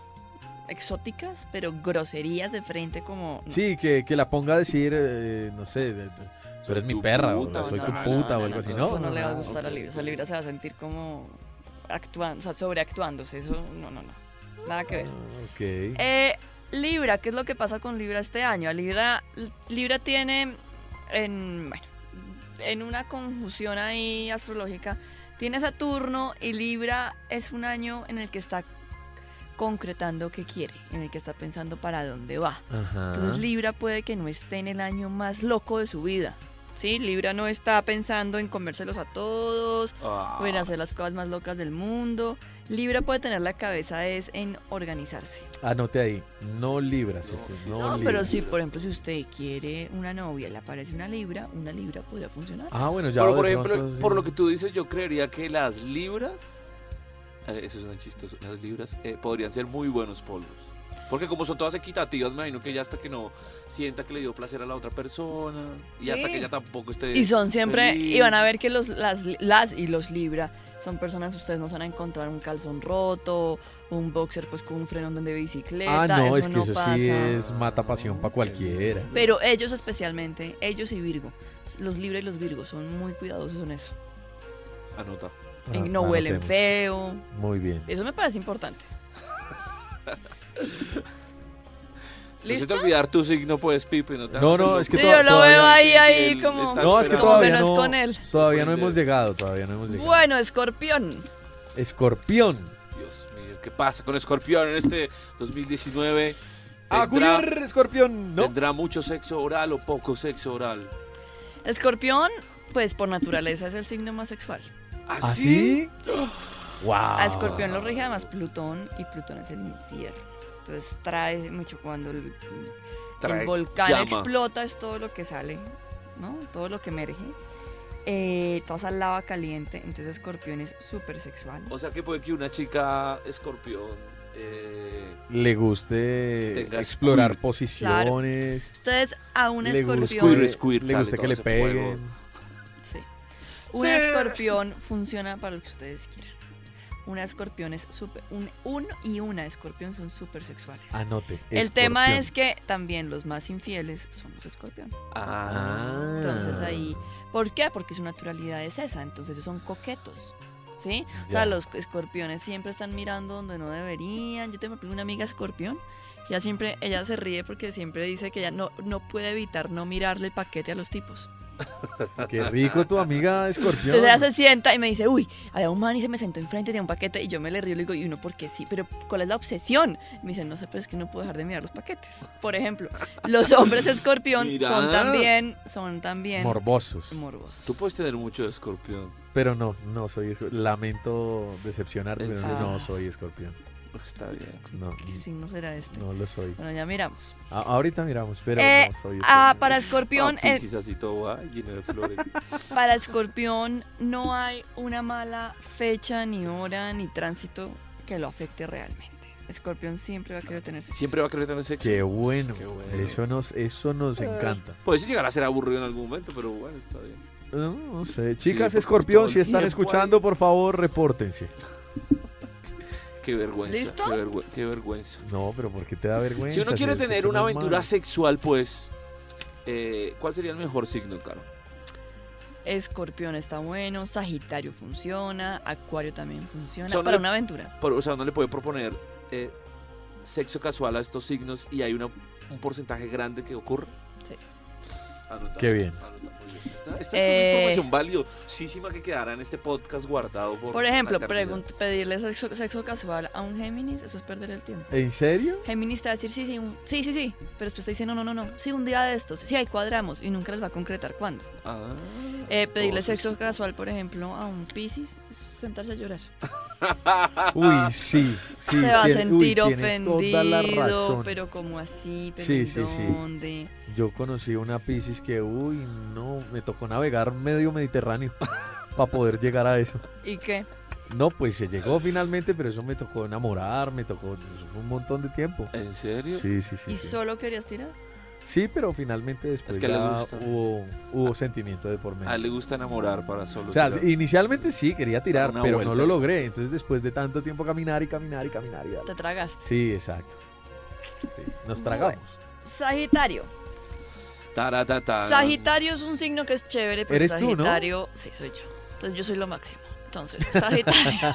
exóticas, pero groserías de frente como... Mm. no. Sí, que, que la ponga a decir, eh, no sé, de- de- tú eres mi tu perra, o puta, soy tu no, puta no, o no, algo así, Eso ¿no? no le va a Ah, gustar a ok, Libra. O sea, ok. Libra se va a sentir como actuando, o sea, sobreactuándose. Eso, no, no, no. Nada que ver. ok. Eh, Libra, ¿qué es lo que pasa con Libra este año? A Libra, Libra tiene, en, bueno, en una conjunción ahí astrológica, tiene Saturno y Libra es un año en el que está concretando qué quiere, en el que está pensando para dónde va. Ajá. Entonces Libra puede que no esté en el año más loco de su vida. Sí, Libra no está pensando en comérselos a todos, Ah, o en hacer las cosas más locas del mundo. Libra puede tener la cabeza es en organizarse. Anote ahí, no libras No, este, sí, no, sí. No, libras. pero si por ejemplo si usted quiere una novia, le aparece una libra, una libra podría funcionar. Ah, bueno, ya Pero de por ejemplo, pronto, sí. por lo que tú dices, yo creería que las libras. eh, eso es chistoso. Las libras eh, podrían ser muy buenos polvos. Porque como son todas equitativas, me imagino que ya hasta que no sienta que le dio placer a la otra persona y hasta Sí. que ella tampoco esté. Y son siempre, feliz. y van a ver que los, las, las y los Libra son personas, ustedes no se van a encontrar un calzón roto, un boxer pues con un frenón de bicicleta, Ah, no, eso es que no eso pasa. sí es mata pasión para cualquiera. Pero ellos especialmente, ellos y Virgo, los Libra y los Virgo son muy cuidadosos en eso. Anota. Ah, En- no huelen anotemos. feo, Muy bien. eso me parece importante. No se te ¿Listo? olvidar tu signo, pues, Pipe. No, te No, hagas no, loco. es que Sí, to- yo lo todavía- veo ahí, que ahí él como, está No, es que como esperando. todavía menos no. con él. Todavía no Puede hemos ser. llegado, todavía no hemos llegado. Bueno, escorpión. Escorpión. Dios mío, ¿qué pasa con Escorpión en este 2019? A Tendrá- culiar, escorpión, Ah, ¿no? ¿Tendrá mucho sexo oral o poco sexo oral? Escorpión, pues por naturaleza es el signo más sexual. ¿Ah, ¿Ah, ¿Así? Wow. A Escorpión lo rige además Plutón y Plutón es el infierno. Entonces trae mucho cuando el, el Trae volcán llama. explota, es todo lo que sale, ¿no? Todo lo que emerge. Eh, traza lava caliente, entonces Escorpión es súper sexual. O sea que puede que una chica escorpión eh, Le guste Tenga explorar squid. posiciones. Ustedes a un le escorpión. Squid, guste, squid, le sale guste todo que le ese fuego. peguen. Sí. Un escorpión funciona para lo que ustedes quieran. Una escorpión es súper. Un, un y una escorpión son súper sexuales. Anote. El Ah, tema escorpión. es que también los más infieles son los escorpión. Ah, Ah. Entonces ahí, ¿por qué? Porque su naturalidad es esa, entonces ellos son coquetos, ¿sí? O Ya. sea, los escorpiones siempre están mirando donde no deberían. Yo tengo por ejemplo, una amiga escorpión, que ella siempre, ella se ríe porque siempre dice que ella no, no puede evitar no mirarle el paquete a los tipos. Qué rico tu amiga escorpión. Entonces ella se sienta y me dice, uy, había un man y se me sentó enfrente de un paquete y yo me le río y le digo, y uno, ¿por qué sí? Pero ¿cuál es la obsesión? Me dice, no sé, pero es que no puedo dejar de mirar los paquetes. Por ejemplo, los hombres escorpión son Mirar. también, son también Morbosos. morbosos. tú puedes tener mucho de escorpión. Pero no, no soy escorpión. Lamento decepcionarte, En pero serio. no soy escorpión. Pues Está bien. No, Ah. ¿Qué signo será este? no lo soy. Bueno, ya miramos. A- ahorita miramos, pero Eh, no soy Ah, escorpión. para escorpión, Ah, eh, Piscis así todo, ay, lleno de flores. para escorpión no hay una mala fecha, ni hora, ni tránsito que lo afecte realmente. Escorpión siempre va a querer tener sexo. Siempre va a querer tener sexo. Qué bueno. Qué bueno. Eso nos, eso nos encanta. Puede llegar a ser aburrido en algún momento, pero bueno, está bien. No, no sé. Chicas porque todo escorpión, el si están tiempo escuchando, ahí. por favor, repórtense. Qué vergüenza. ¿Listo? Qué, vergüe- qué vergüenza. No, pero ¿por qué te da vergüenza? Si uno quiere el tener sexo una no es aventura malo. sexual, pues, eh, ¿cuál sería el mejor signo, Caro? Escorpión está bueno, Sagitario funciona, Acuario también funciona. Solo para le- una aventura. Pero, o sea, uno le puede proponer eh, sexo casual a estos signos y hay una- un porcentaje grande que ocurre. Sí. Anotado, Qué bien. anotado, muy bien. Esta, esta Eh, es una información valiosísima que quedará en este podcast guardado. Por, Por ejemplo, la eternidad. pregun- pedirle sexo, sexo casual a un Géminis, eso es perder el tiempo. ¿En serio? Géminis te va a decir sí, sí, un- sí, sí, sí, pero después te dice no, no, no, no, sí, un día de estos, sí, ahí cuadramos y nunca les va a concretar cuándo. Ah, Eh, pedirle entonces- sexo casual, por ejemplo, a un Piscis, es sentarse a llorar. Uy, sí. sí Ah, Se va a tiene- uy, sentir tiene toda la ofendido, razón. pero como así, pero Sí, ¿en sí, sí. dónde? Yo conocí una Piscis que, uy, no, me tocó navegar medio Mediterráneo para poder llegar a eso. ¿Y qué? No, pues se llegó finalmente, pero eso me tocó enamorar, me tocó, eso fue un montón de tiempo. ¿En serio? Sí, sí, sí. ¿Y sí. solo querías tirar? Sí, pero finalmente después que le ya gusta. hubo, hubo sentimiento de por medio. A él le gusta enamorar para solo. O sea, tirar. inicialmente sí quería tirar, Una pero no vuelta. lo logré. Entonces después de tanto tiempo caminar y caminar y caminar y darle. Te tragaste. Sí, exacto. Sí, nos tragamos. Sagitario. Taratatán. Sagitario es un signo que es chévere, pero Eres tú, ¿no? Sagitario, sí, soy yo. Entonces yo soy lo máximo. Entonces, Sagitario.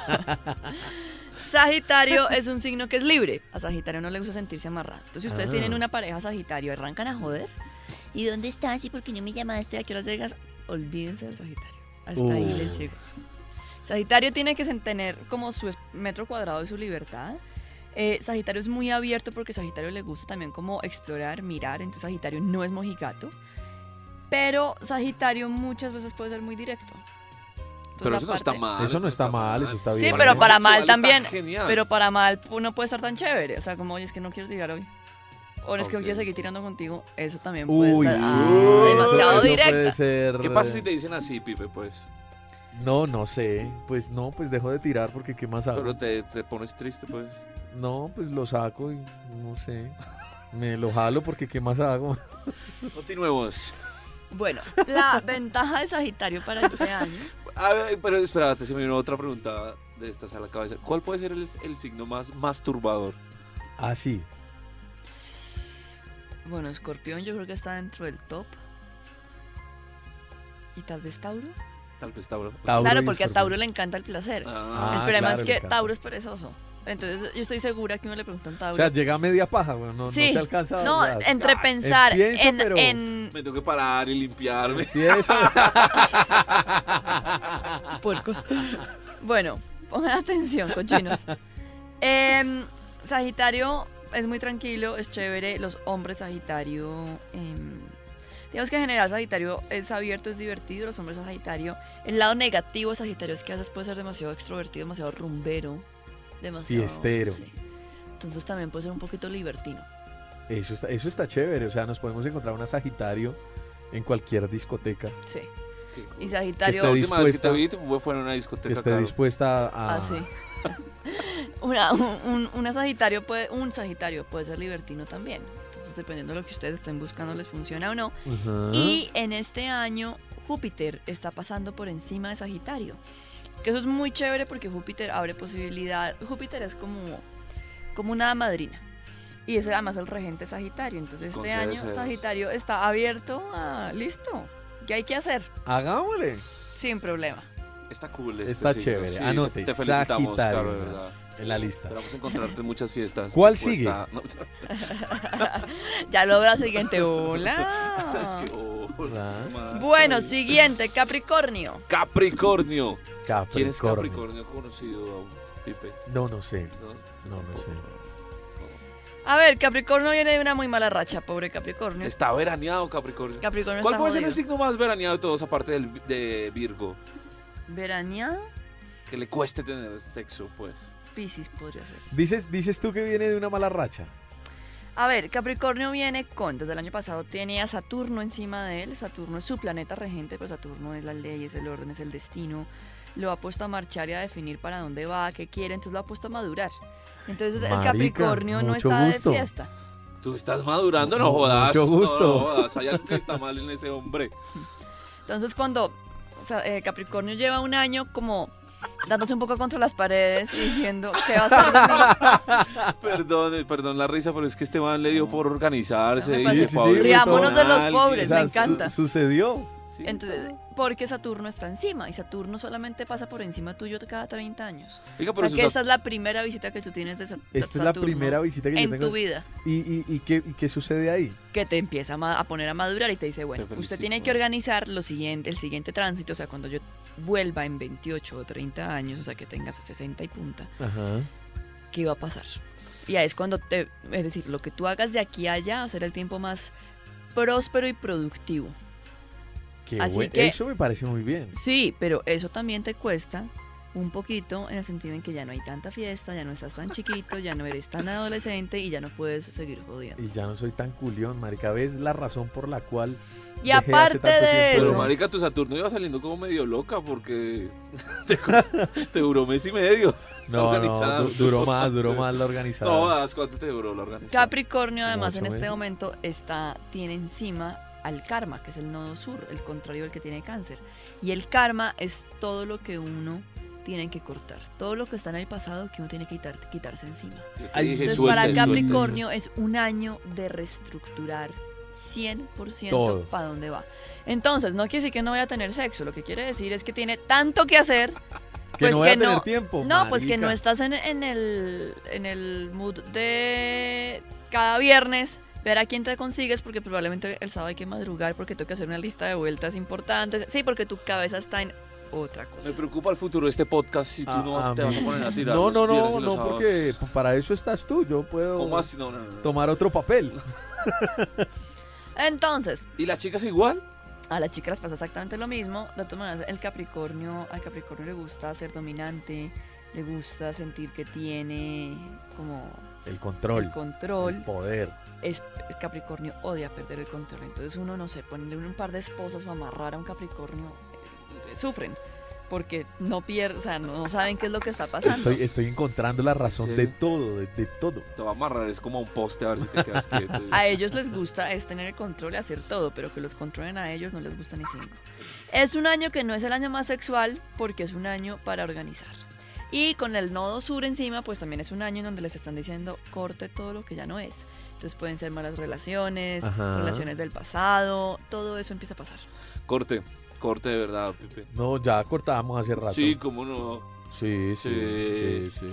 Sagitario es un signo que es libre. A Sagitario no le gusta sentirse amarrado. Entonces, si ustedes Ah. tienen una pareja Sagitario, arrancan a joder. ¿Y dónde estás? ¿Y por qué no me llamaste? ¿A qué hora llegas? Olvídense del Sagitario. Hasta ahí les Uh. llego. Sagitario tiene que sen- tener como su es- metro cuadrado y su libertad. Eh, Sagitario es muy abierto porque Sagitario le gusta también como explorar, mirar, entonces Sagitario no es mojigato, pero Sagitario muchas veces puede ser muy directo. Entonces, Pero la eso no está parte- mal. Eso no está mal, eso está Sí, bien. pero el para sexual mal está también, Genial. Pero para mal no puede estar tan chévere, o sea, como, oye, es que no quiero llegar hoy. O es que no Ok. quiero seguir tirando contigo, eso también puede Uy, estar sí, ah, demasiado eso- eso puede directa. ser- ¿Qué pasa si te dicen así, Pipe? Pues. No, no sé. Pues no, pues dejo de tirar porque qué más hago. Pero te, te pones triste, pues. No, pues lo saco y no sé. Me lo jalo porque ¿qué más hago? Continuemos. Bueno, la ventaja de Sagitario para este año. A ver, pero espérate, se me vino otra pregunta de estas a la cabeza. ¿Cuál puede ser el, el signo más masturbador? Así. Bueno, Escorpión yo creo que está dentro del top. ¿Y tal vez Tauro? Tal vez Tauro. Tauro claro, y porque a Escorpión. Tauro le encanta el placer. Ah, el Ah, problema claro, es le que encanta. Tauro es perezoso. Entonces yo estoy segura que uno le pregunta a un O Tauro. sea, llega a media paja, güey. No, no Sí, se alcanza. a no, hablar. entre Ah, pensar empiezo, en, pero- en me tengo que parar y limpiarme. Empieza. puercos. Bueno, pongan atención, cochinos. Em, sagitario es muy tranquilo, es chévere. Los hombres Sagitario. em, digamos que en general Sagitario es abierto, es divertido. Los hombres Sagitario. El lado negativo de Sagitario es que a veces puede ser demasiado extrovertido, demasiado rumbero, demasiado. Fiestero. sí. Entonces también puede ser un poquito libertino. Eso está, eso está chévere. O sea, nos podemos encontrar una Sagitario en cualquier discoteca Sí. Qué Y cool. Sagitario. La esté última vez que te dispuesta. vi fue- fue en una que discoteca. esté Caro. dispuesta a. Ah, sí. Una, un, un- una Sagitario puede, un Sagitario puede ser libertino también. Entonces, dependiendo de lo que ustedes estén buscando, les funciona o no. Ajá. Y en este año, Júpiter está pasando por encima de Sagitario. Que eso es muy chévere porque Júpiter abre posibilidad. Júpiter es como, como una madrina. Y es además el regente Sagitario. Entonces, Con este sede de año sedos. Sagitario está abierto a. Listo. ¿Qué hay que hacer? Hagámosle. Sin problema. Está cool. este Está signo, chévere, Ah, sí, anote, Te felicitamos, Caro, de Sagitario. verdad. En la lista. Esperamos encontrarte en muchas fiestas. ¿Cuál Dispuesta- No, Ya logra siguiente. Hola. es que, oh, Ah. más, Bueno, Caro. siguiente, Capricornio. Capricornio. Capricornio. ¿Quién es Capricornio conocido, Pipe? No, no sé. No, No, no sé. A ver, Capricornio viene de una muy mala racha, pobre Capricornio. Está veraneado Capricornio. Capricornio ¿Cuál está puede ser el jodido. signo más veraneado de todos, aparte del, de Virgo? Veraneado, Que le cueste tener sexo, pues. Piscis podría ser. Dices, dices tú que viene de una mala racha. A ver, Capricornio viene con, desde el año pasado tiene a Saturno encima de él. Saturno es su planeta regente, pero Saturno es las leyes, el orden, es el destino. Lo ha puesto a marchar y a definir para dónde va, qué quiere, entonces lo ha puesto a madurar. Entonces el Marica, Capricornio no mucho está gusto. de fiesta. Tú estás madurando, no Mu- jodas. mucho no, gusto. No, jodas. Hay algo que está mal en ese hombre. Entonces cuando o sea, eh, Capricornio lleva un año como dándose un poco contra las paredes y diciendo qué va a hacer de mí? Perdón, perdón la risa, pero es que este man le dio por organizarse. No, me y parece- se fue a abrir Riámonos de los tonal, pobres, que- me encanta. su- sucedió. Sí. Entonces, porque Saturno está encima y Saturno solamente pasa por encima tuyo cada 30 años. Oiga, O pero sea su que sat- esta es la primera visita que tú tienes de Sa- de Saturno. Esta es la primera visita que yo en tengo. tu vida ¿Y, y, y qué, y qué sucede ahí? que te empieza a ma- a poner a madurar y te dice, bueno, Te felicito. usted tiene que organizar lo siguiente, el siguiente tránsito, o sea, cuando yo vuelva en 28 o 30 años, o sea, que tengas 60 y punta, Ajá. ¿qué va a pasar? Y ahí es cuando te, es decir, lo que tú hagas de aquí a allá va a ser el tiempo más próspero y productivo. Qué Así buen- que- Eso me parece muy bien. Sí, pero eso también te cuesta un poquito en el sentido en que ya no hay tanta fiesta, ya no estás tan chiquito, ya no eres tan adolescente y ya no puedes seguir jodiendo. Y ya no soy tan culión, marica. ¿Ves la razón por la cual Y Dejé hace aparte tanto de tiempo. Pero eso, marica, tu Saturno iba saliendo como medio loca porque te, cost- te duró mes y medio. No, Organizado. no, du- duró más, duró más la organizada. No, das ¿cuánto te duró la organización? Capricornio Como además ocho en este meses. momento está tiene encima al karma, que es el nodo sur, el contrario del que tiene cáncer. Y el karma es todo lo que uno tiene que cortar, todo lo que está en el pasado que uno tiene que quitar- quitarse encima. Yo te Ay, dije, Entonces, suelte, para suelte. Capricornio es un año de reestructurar 100% Todo. para dónde va. Entonces, no quiere decir que no vaya a tener sexo, lo que quiere decir es que tiene tanto que hacer. que pues no voy a que no- tener tiempo. No, pues que no marica. estás en, en el, en el mood de cada viernes ver a quién te consigues, porque probablemente el sábado hay que madrugar porque tengo que hacer una lista de vueltas importantes. Sí, porque tu cabeza está en otra cosa. Me preocupa el futuro de este podcast si tú Ah, no vas- a te vas a mí. poner a tirar. No, los no, viernes no, y los no, sábados. porque p- para eso estás tú. Yo puedo ¿Cómo así? No, no, no. tomar otro papel. Entonces, ¿Y las chicas igual? A las chicas les pasa exactamente lo mismo. De todas maneras, el Capricornio, al Capricornio le gusta ser dominante, le gusta sentir que tiene como El control, el el control. poder. Es, el Capricornio odia perder el control. Entonces uno, no sé, ponerle un par de esposas o amarrar a un Capricornio, eh, sufren. porque no pierden, o sea, no, no saben qué es lo que está pasando. Estoy, estoy encontrando la razón Sí. de todo, de, de todo. Te va a amarrar, es como a un poste a ver si te quedas quieto. A ellos les gusta es tener el control y hacer todo, pero que los controlen a ellos no les gusta ni cinco. Es un año que no es el año más sexual porque es un año para organizar. Y con el nodo sur encima, pues también es un año en donde les están diciendo corte todo lo que ya no es. Entonces pueden ser malas relaciones, Ajá. relaciones del pasado, todo eso empieza a pasar. Corte, corte de verdad, Pipe. No, ya cortábamos hace rato. Sí, cómo no. sí, sí, sí. Sí. sí.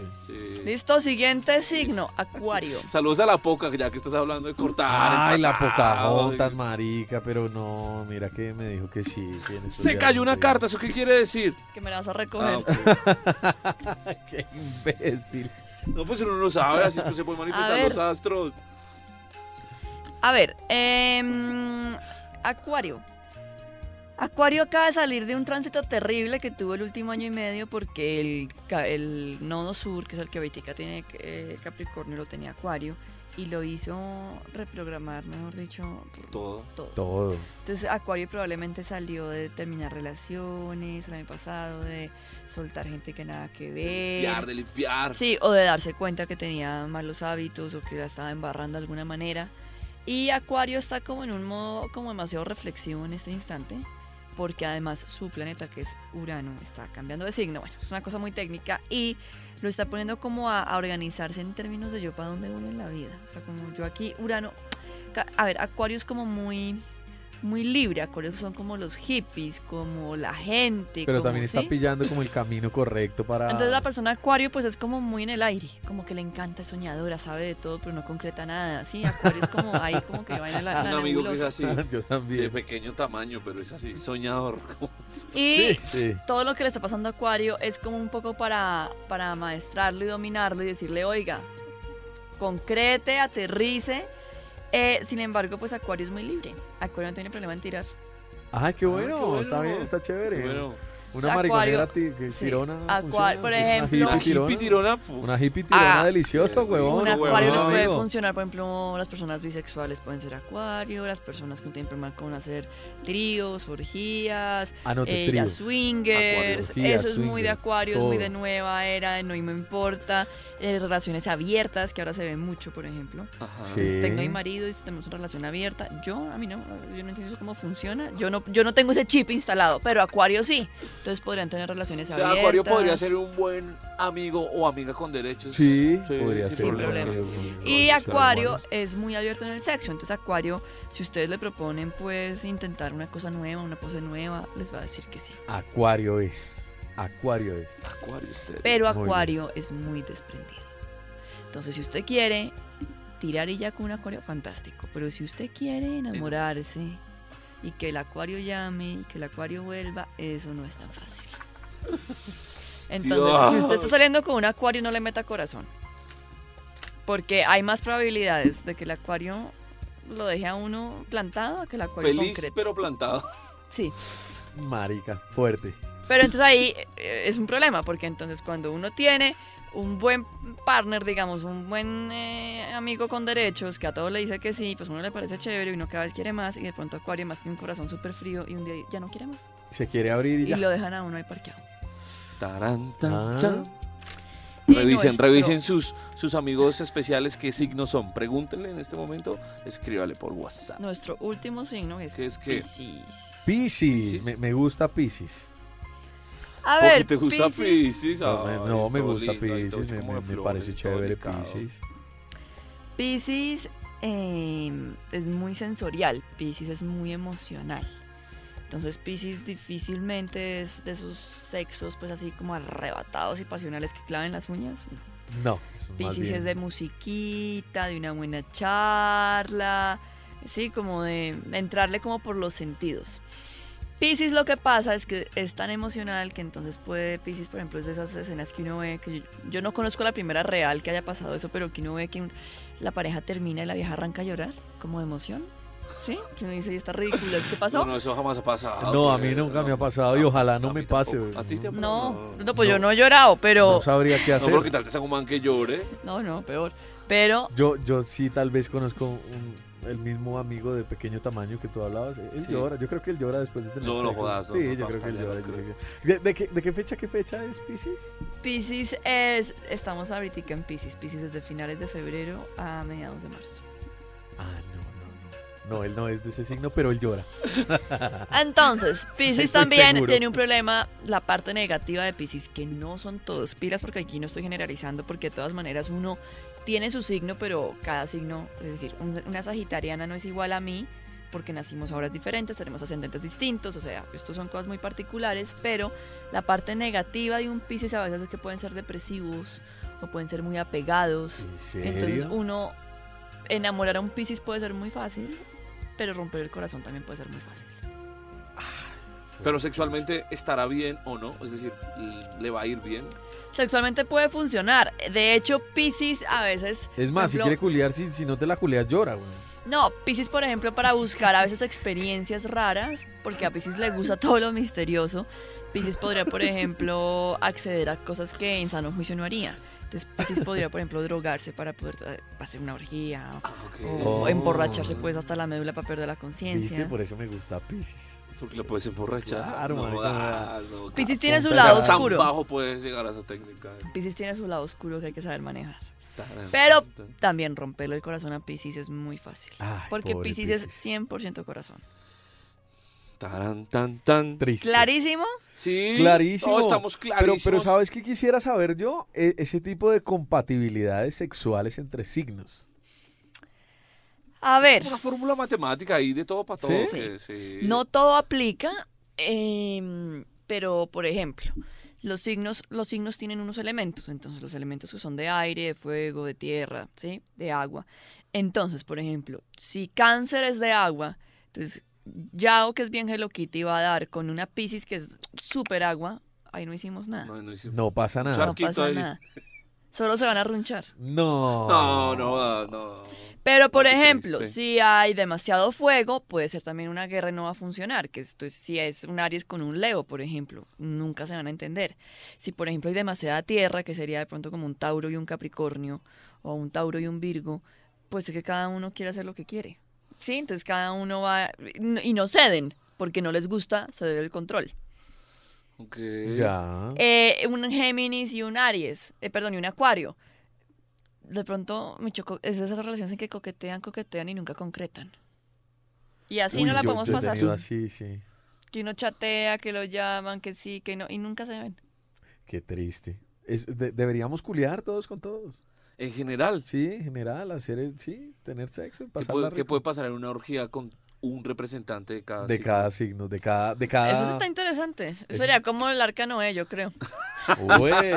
Sí. Listo, siguiente signo, Acuario. Saludos a la poca, ya que estás hablando de cortar. el Ay, la pasado. Pocahontas, marica, pero no, mira que me dijo que sí. que en estos Se días cayó una me- carta, ¿eso qué quiere decir? Que me la vas a Ah, recoger. ok. Qué imbécil. No, pues uno no lo sabe, así es que se pueden manifestar ver. los astros. A ver, em, Acuario. Acuario acaba de salir de un tránsito terrible que tuvo el último año y medio porque el, ca- el nodo sur, que es el que Baitica tiene eh, Capricornio, lo tenía Acuario y lo hizo reprogramar, mejor dicho, Todo. todo. Todo. Entonces Acuario probablemente salió de terminar relaciones el año pasado, de soltar gente que nada que ver. Limpiar, de limpiar. Eh, Sí, o de darse cuenta que tenía malos hábitos o que la estaba embarrando de alguna manera. Y Acuario está como en un modo como demasiado reflexivo en este instante, porque además su planeta que es Urano está cambiando de signo. Bueno, es una cosa muy técnica y lo está poniendo como a, a organizarse en términos de yo para dónde voy en la vida. O sea, como yo aquí Urano, ca- a ver, Acuario es como muy muy libre, Acuario son como los hippies, como la gente, Pero como, también está ¿sí? pillando como el camino correcto para. Entonces la persona acuario pues es como muy en el aire, como que le encanta, es soñadora, sabe de todo, pero no concreta nada. Sí, acuario es como ahí, como que va en la, Un la amigo que es nebulosa. así, Yo de también. pequeño tamaño, pero es así, soñador. como- Y Sí. todo lo que le está pasando a acuario es como un poco para, para maestrarlo y dominarlo y decirle, oiga, concrete, aterrice. Eh, sin embargo, pues acuario es muy libre. Acuario no tiene problema en tirar. Ay, qué bueno, Ah, qué bueno. Está bien, está chévere. Bueno, Una Acuario- mariconera ti- que sí. tirona. Acua- funciona, por sí, ejemplo- Una una hippie tirona. hippie tirona, puf, Una hippie tirona Ah, delicioso, eh, Oh, huevón. Un no, huevón, acuario les no, puede amigo. funcionar, por ejemplo, las personas bisexuales pueden ser acuario, las personas que tienen problema con hacer tríos, orgías, Anote Ella trío. Eh, swingers, Acuario, orgía, eso es muy de swinger, acuario, es muy todo. de nueva era, de no y me importa, eh, relaciones abiertas, que ahora se ven mucho, por ejemplo. ajá. Sí. Entonces, tengo mi marido y tenemos una relación abierta. Yo, a mí no, yo no entiendo eso cómo funciona. Yo no, yo no tengo ese chip instalado, pero acuario sí. Entonces podrían tener relaciones O sea, abiertas. Acuario podría ser un buen amigo o amiga con derechos. Sí, Sí, podría sin ser. problema. porque- Y porque Acuario son es muy abierto en el sexo, entonces Acuario, si ustedes le proponen pues intentar una cosa nueva, una pose nueva, les va a decir que sí. hermanos. Acuario es. Acuario es. Acuario usted. Pero Muy bien. Acuario es muy desprendido. Entonces, si usted quiere tirar y ya con un Acuario, fantástico. Pero si usted quiere enamorarse y que el Acuario llame y que el Acuario vuelva, eso no es tan fácil. Entonces, Dios. si usted está saliendo con un Acuario, no le meta corazón. Porque hay más probabilidades de que el Acuario lo deje a uno plantado a que el Acuario Feliz concrete. pero plantado. Sí. Marica, fuerte. Pero entonces ahí eh, es un problema, porque entonces cuando uno tiene un buen partner, digamos, un buen eh, amigo con derechos, que a todos le dice que sí, pues uno le parece chévere y uno cada vez quiere más, y de pronto Acuario más tiene un corazón súper frío y un día ya no quiere más. Se quiere abrir y Y ya. lo dejan a uno ahí parqueado. Tarán, Ah. tan, tan. Y Revisen, nuestro- revisen sus, sus amigos especiales qué signos son. Pregúntenle en este momento, escríbale por WhatsApp. Nuestro último signo es ¿Qué es que? Piscis. Piscis. Piscis. Me, me gusta Piscis. A Porque ver, te gusta Piscis. Piscis? No, me, Ay, no, es me todo gusta lindo, ahí todo Piscis. Me, como me- de me flores, parece todo chévere delicado. Piscis. Piscis eh, es muy sensorial, Piscis es muy emocional. Entonces Piscis difícilmente es de esos sexos pues así como arrebatados y pasionales que claven las uñas. no. No. es más Piscis es bien- de musiquita, de una buena charla, sí, como de, de entrarle como por los sentidos. Piscis lo que pasa es que es tan emocional que entonces puede, Piscis por ejemplo es de esas escenas que uno ve, que yo, yo no conozco la primera real que haya pasado eso, pero que uno ve que un- la pareja termina y la vieja arranca a llorar, como de emoción, ¿sí? Que uno dice, "Y está ridículo, ¿es que pasó? No, no, eso jamás ha pasado. No, a porque- mí nunca me ha pasado y ojalá no a me mí pase. tampoco. ¿A ti te ha No, no, no, pues yo no. no he llorado, pero... No sabría qué No, hacer. porque tal vez haga un man que llore. No, no, peor. Pero Yo, yo sí tal vez conozco un, el mismo amigo de pequeño tamaño que tú hablabas. Él Sí. llora, yo creo que él llora después de tener No, no sexo. jodas, no, sí, no, yo creo hasta que él ya llora. no yo sé creo. que- ¿De, de qué, de qué fecha, qué fecha es Pisces? Pisces es. Estamos ahorita en Pisces. Pisces desde finales de febrero a mediados de marzo. Ah, no, no, no. No, él no es de ese signo, pero él llora. Entonces, Pisces Estoy también seguro. tiene un problema, la parte negativa de Pisces, que no son todos pilas, porque aquí no estoy generalizando, porque de todas maneras uno tiene su signo, pero cada signo, es decir, un- una sagitariana no es igual a mí, porque nacimos a horas diferentes, tenemos ascendentes distintos, o sea, estos son cosas muy particulares, pero la parte negativa de un Pisces a veces es que pueden ser depresivos o pueden ser muy apegados. ¿En Entonces serio? uno enamorar a un Pisces puede ser muy fácil, pero romper el corazón también puede ser muy fácil. uh, Pero sexualmente estará bien o no, es decir, le va a ir bien. Sexualmente puede funcionar. De hecho, Pisces a veces. Es por más, si ejemplo, quiere culiar, si, si no te la culeas, llora, güey. No, Pisces, por ejemplo, para buscar a veces experiencias raras, porque a Pisces le gusta todo lo misterioso. Pisces podría, por ejemplo, acceder a cosas que en sano juicio no haría. Entonces, Pisces podría, por ejemplo, drogarse para poder eh, hacer una orgía Ah, ok. o Oh. emborracharse, pues, hasta la médula para perder la ¿Viste? conciencia. Por eso me gusta Pisces. Porque le puedes emborrachar. Claro, no, marica, jodas, no, Pisces tiene su Con lado tan tan oscuro. bajo puedes llegar a esa técnica. Pisces tiene su lado oscuro que hay que saber manejar. Tan- Pero- tan- También romperle el corazón a Pisces es muy fácil. Ay, Porque pobre Pisces es 100% corazón. Tarán, tan, tan. Triste. Clarísimo. Sí, Clarísimo. no, estamos Pero, clarísimos. pero ¿sabes qué quisiera saber yo? E- ese tipo de compatibilidades sexuales entre signos. A ver, Una fórmula matemática ahí de todo para todo. ¿Sí? que sí. no todo aplica, em, pero por ejemplo, los signos, los signos tienen unos elementos, entonces los elementos que son de aire, de fuego, de tierra, ¿sí? De agua. Entonces, por ejemplo, si cáncer es de agua, entonces Yao, que es bien Hello Kitty, va a dar con una Pisces que es súper agua, ahí no hicimos nada, No, no, hicimos- No pasa no nada. Charquito pasa ahí. nada. Solo se van a runchar. No. no, no, no. Pero, por qué ejemplo, triste. si hay demasiado fuego, puede ser también una guerra y no va a funcionar. Que esto es- si es un Aries con un Leo, por ejemplo, nunca se van a entender. Si, por ejemplo, hay demasiada tierra, que sería de pronto como un Tauro y un Capricornio, o un Tauro y un Virgo, pues es que cada uno quiere hacer lo que quiere. Sí, entonces cada uno va. Y no ceden, porque no les gusta ceder el control. Ok. Ya. Eh, un Géminis y un Aries, eh, perdón, y un Acuario. De pronto me chocó, es de esas relaciones en que coquetean, coquetean y nunca concretan. Y así Uy, no la yo- podemos yo he pasar. tenido así, sí. Que uno chatea, que lo llaman, que sí, que no, y nunca se ven. Qué triste. Es- de- deberíamos culiar todos con todos. En general, ¿qué Sí, en general, hacer el- sí, tener sexo y pasar puede, qué puede pasar en una orgía con un representante de cada de signo? cada signo, de cada, de cada. Eso sí está interesante. Eso Ah, Eso sería está- como el arca Noé, yo creo. Ué,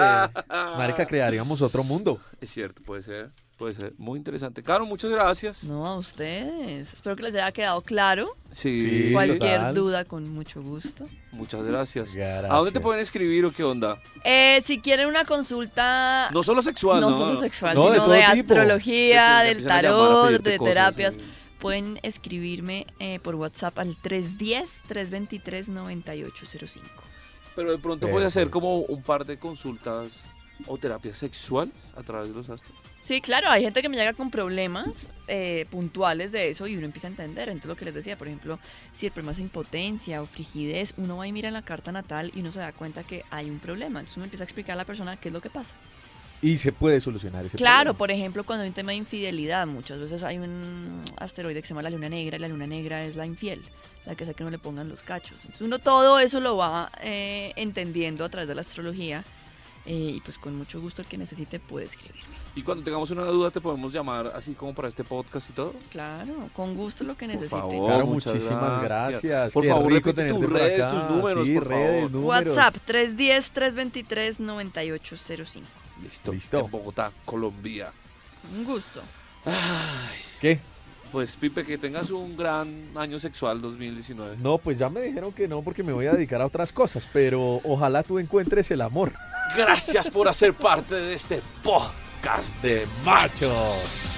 Marica, crearíamos otro mundo. Ah, Es cierto, puede ser. Puede ser. Muy interesante. Caro, muchas gracias. No, a ustedes. Espero que les haya quedado claro. Sí, Cualquier total. duda, con mucho gusto. Muchas gracias. Gracias. ¿A dónde te pueden escribir o qué onda? Eh, si quieren una consulta No solo sexual, ¿no? no solo sexual, No, de sino todo de, tipo. Que astrología, te del empiezan a llamar a tarot, pedirte de cosas, terapias. sí. Pueden escribirme eh, por WhatsApp al 310-323-9805. Pero de pronto puede hacer Perfecto. como un par de consultas o terapias sexuales a través de los astros. Sí, claro, hay gente que me llega con problemas eh, puntuales de eso y uno empieza a entender. Entonces, lo que les decía, por ejemplo, si el problema es impotencia o frigidez, uno va y mira en la carta natal y uno se da cuenta que hay un problema. Entonces, uno empieza a explicar a la persona qué es lo que pasa. Y se puede solucionar ese Claro, problema. por ejemplo, cuando hay un tema de infidelidad, muchas veces hay un asteroide que se llama la luna negra y la luna negra es la infiel, la que hace que no le pongan los cachos. Entonces uno todo eso lo va eh, entendiendo a través de la astrología eh, y pues con mucho gusto el que necesite puede escribirme. Y cuando tengamos una duda te podemos llamar así como para este podcast y todo. Claro, con gusto lo que necesite. favor. Claro, Oh, muchas muchísimas gracias. gracias. Por Qué favor, rico repite tenerte tus por redes, acá. tus números, Sí, por redes, favor. números. WhatsApp 310-323-9805. Listo. Listo. En Bogotá, Colombia. Un gusto. Ay, ¿Qué? pues Pipe, que tengas un gran año sexual 2019. No, pues ya me dijeron que no porque me voy a dedicar a otras cosas, pero ojalá tú encuentres el amor. Gracias por hacer parte de este podcast de machos.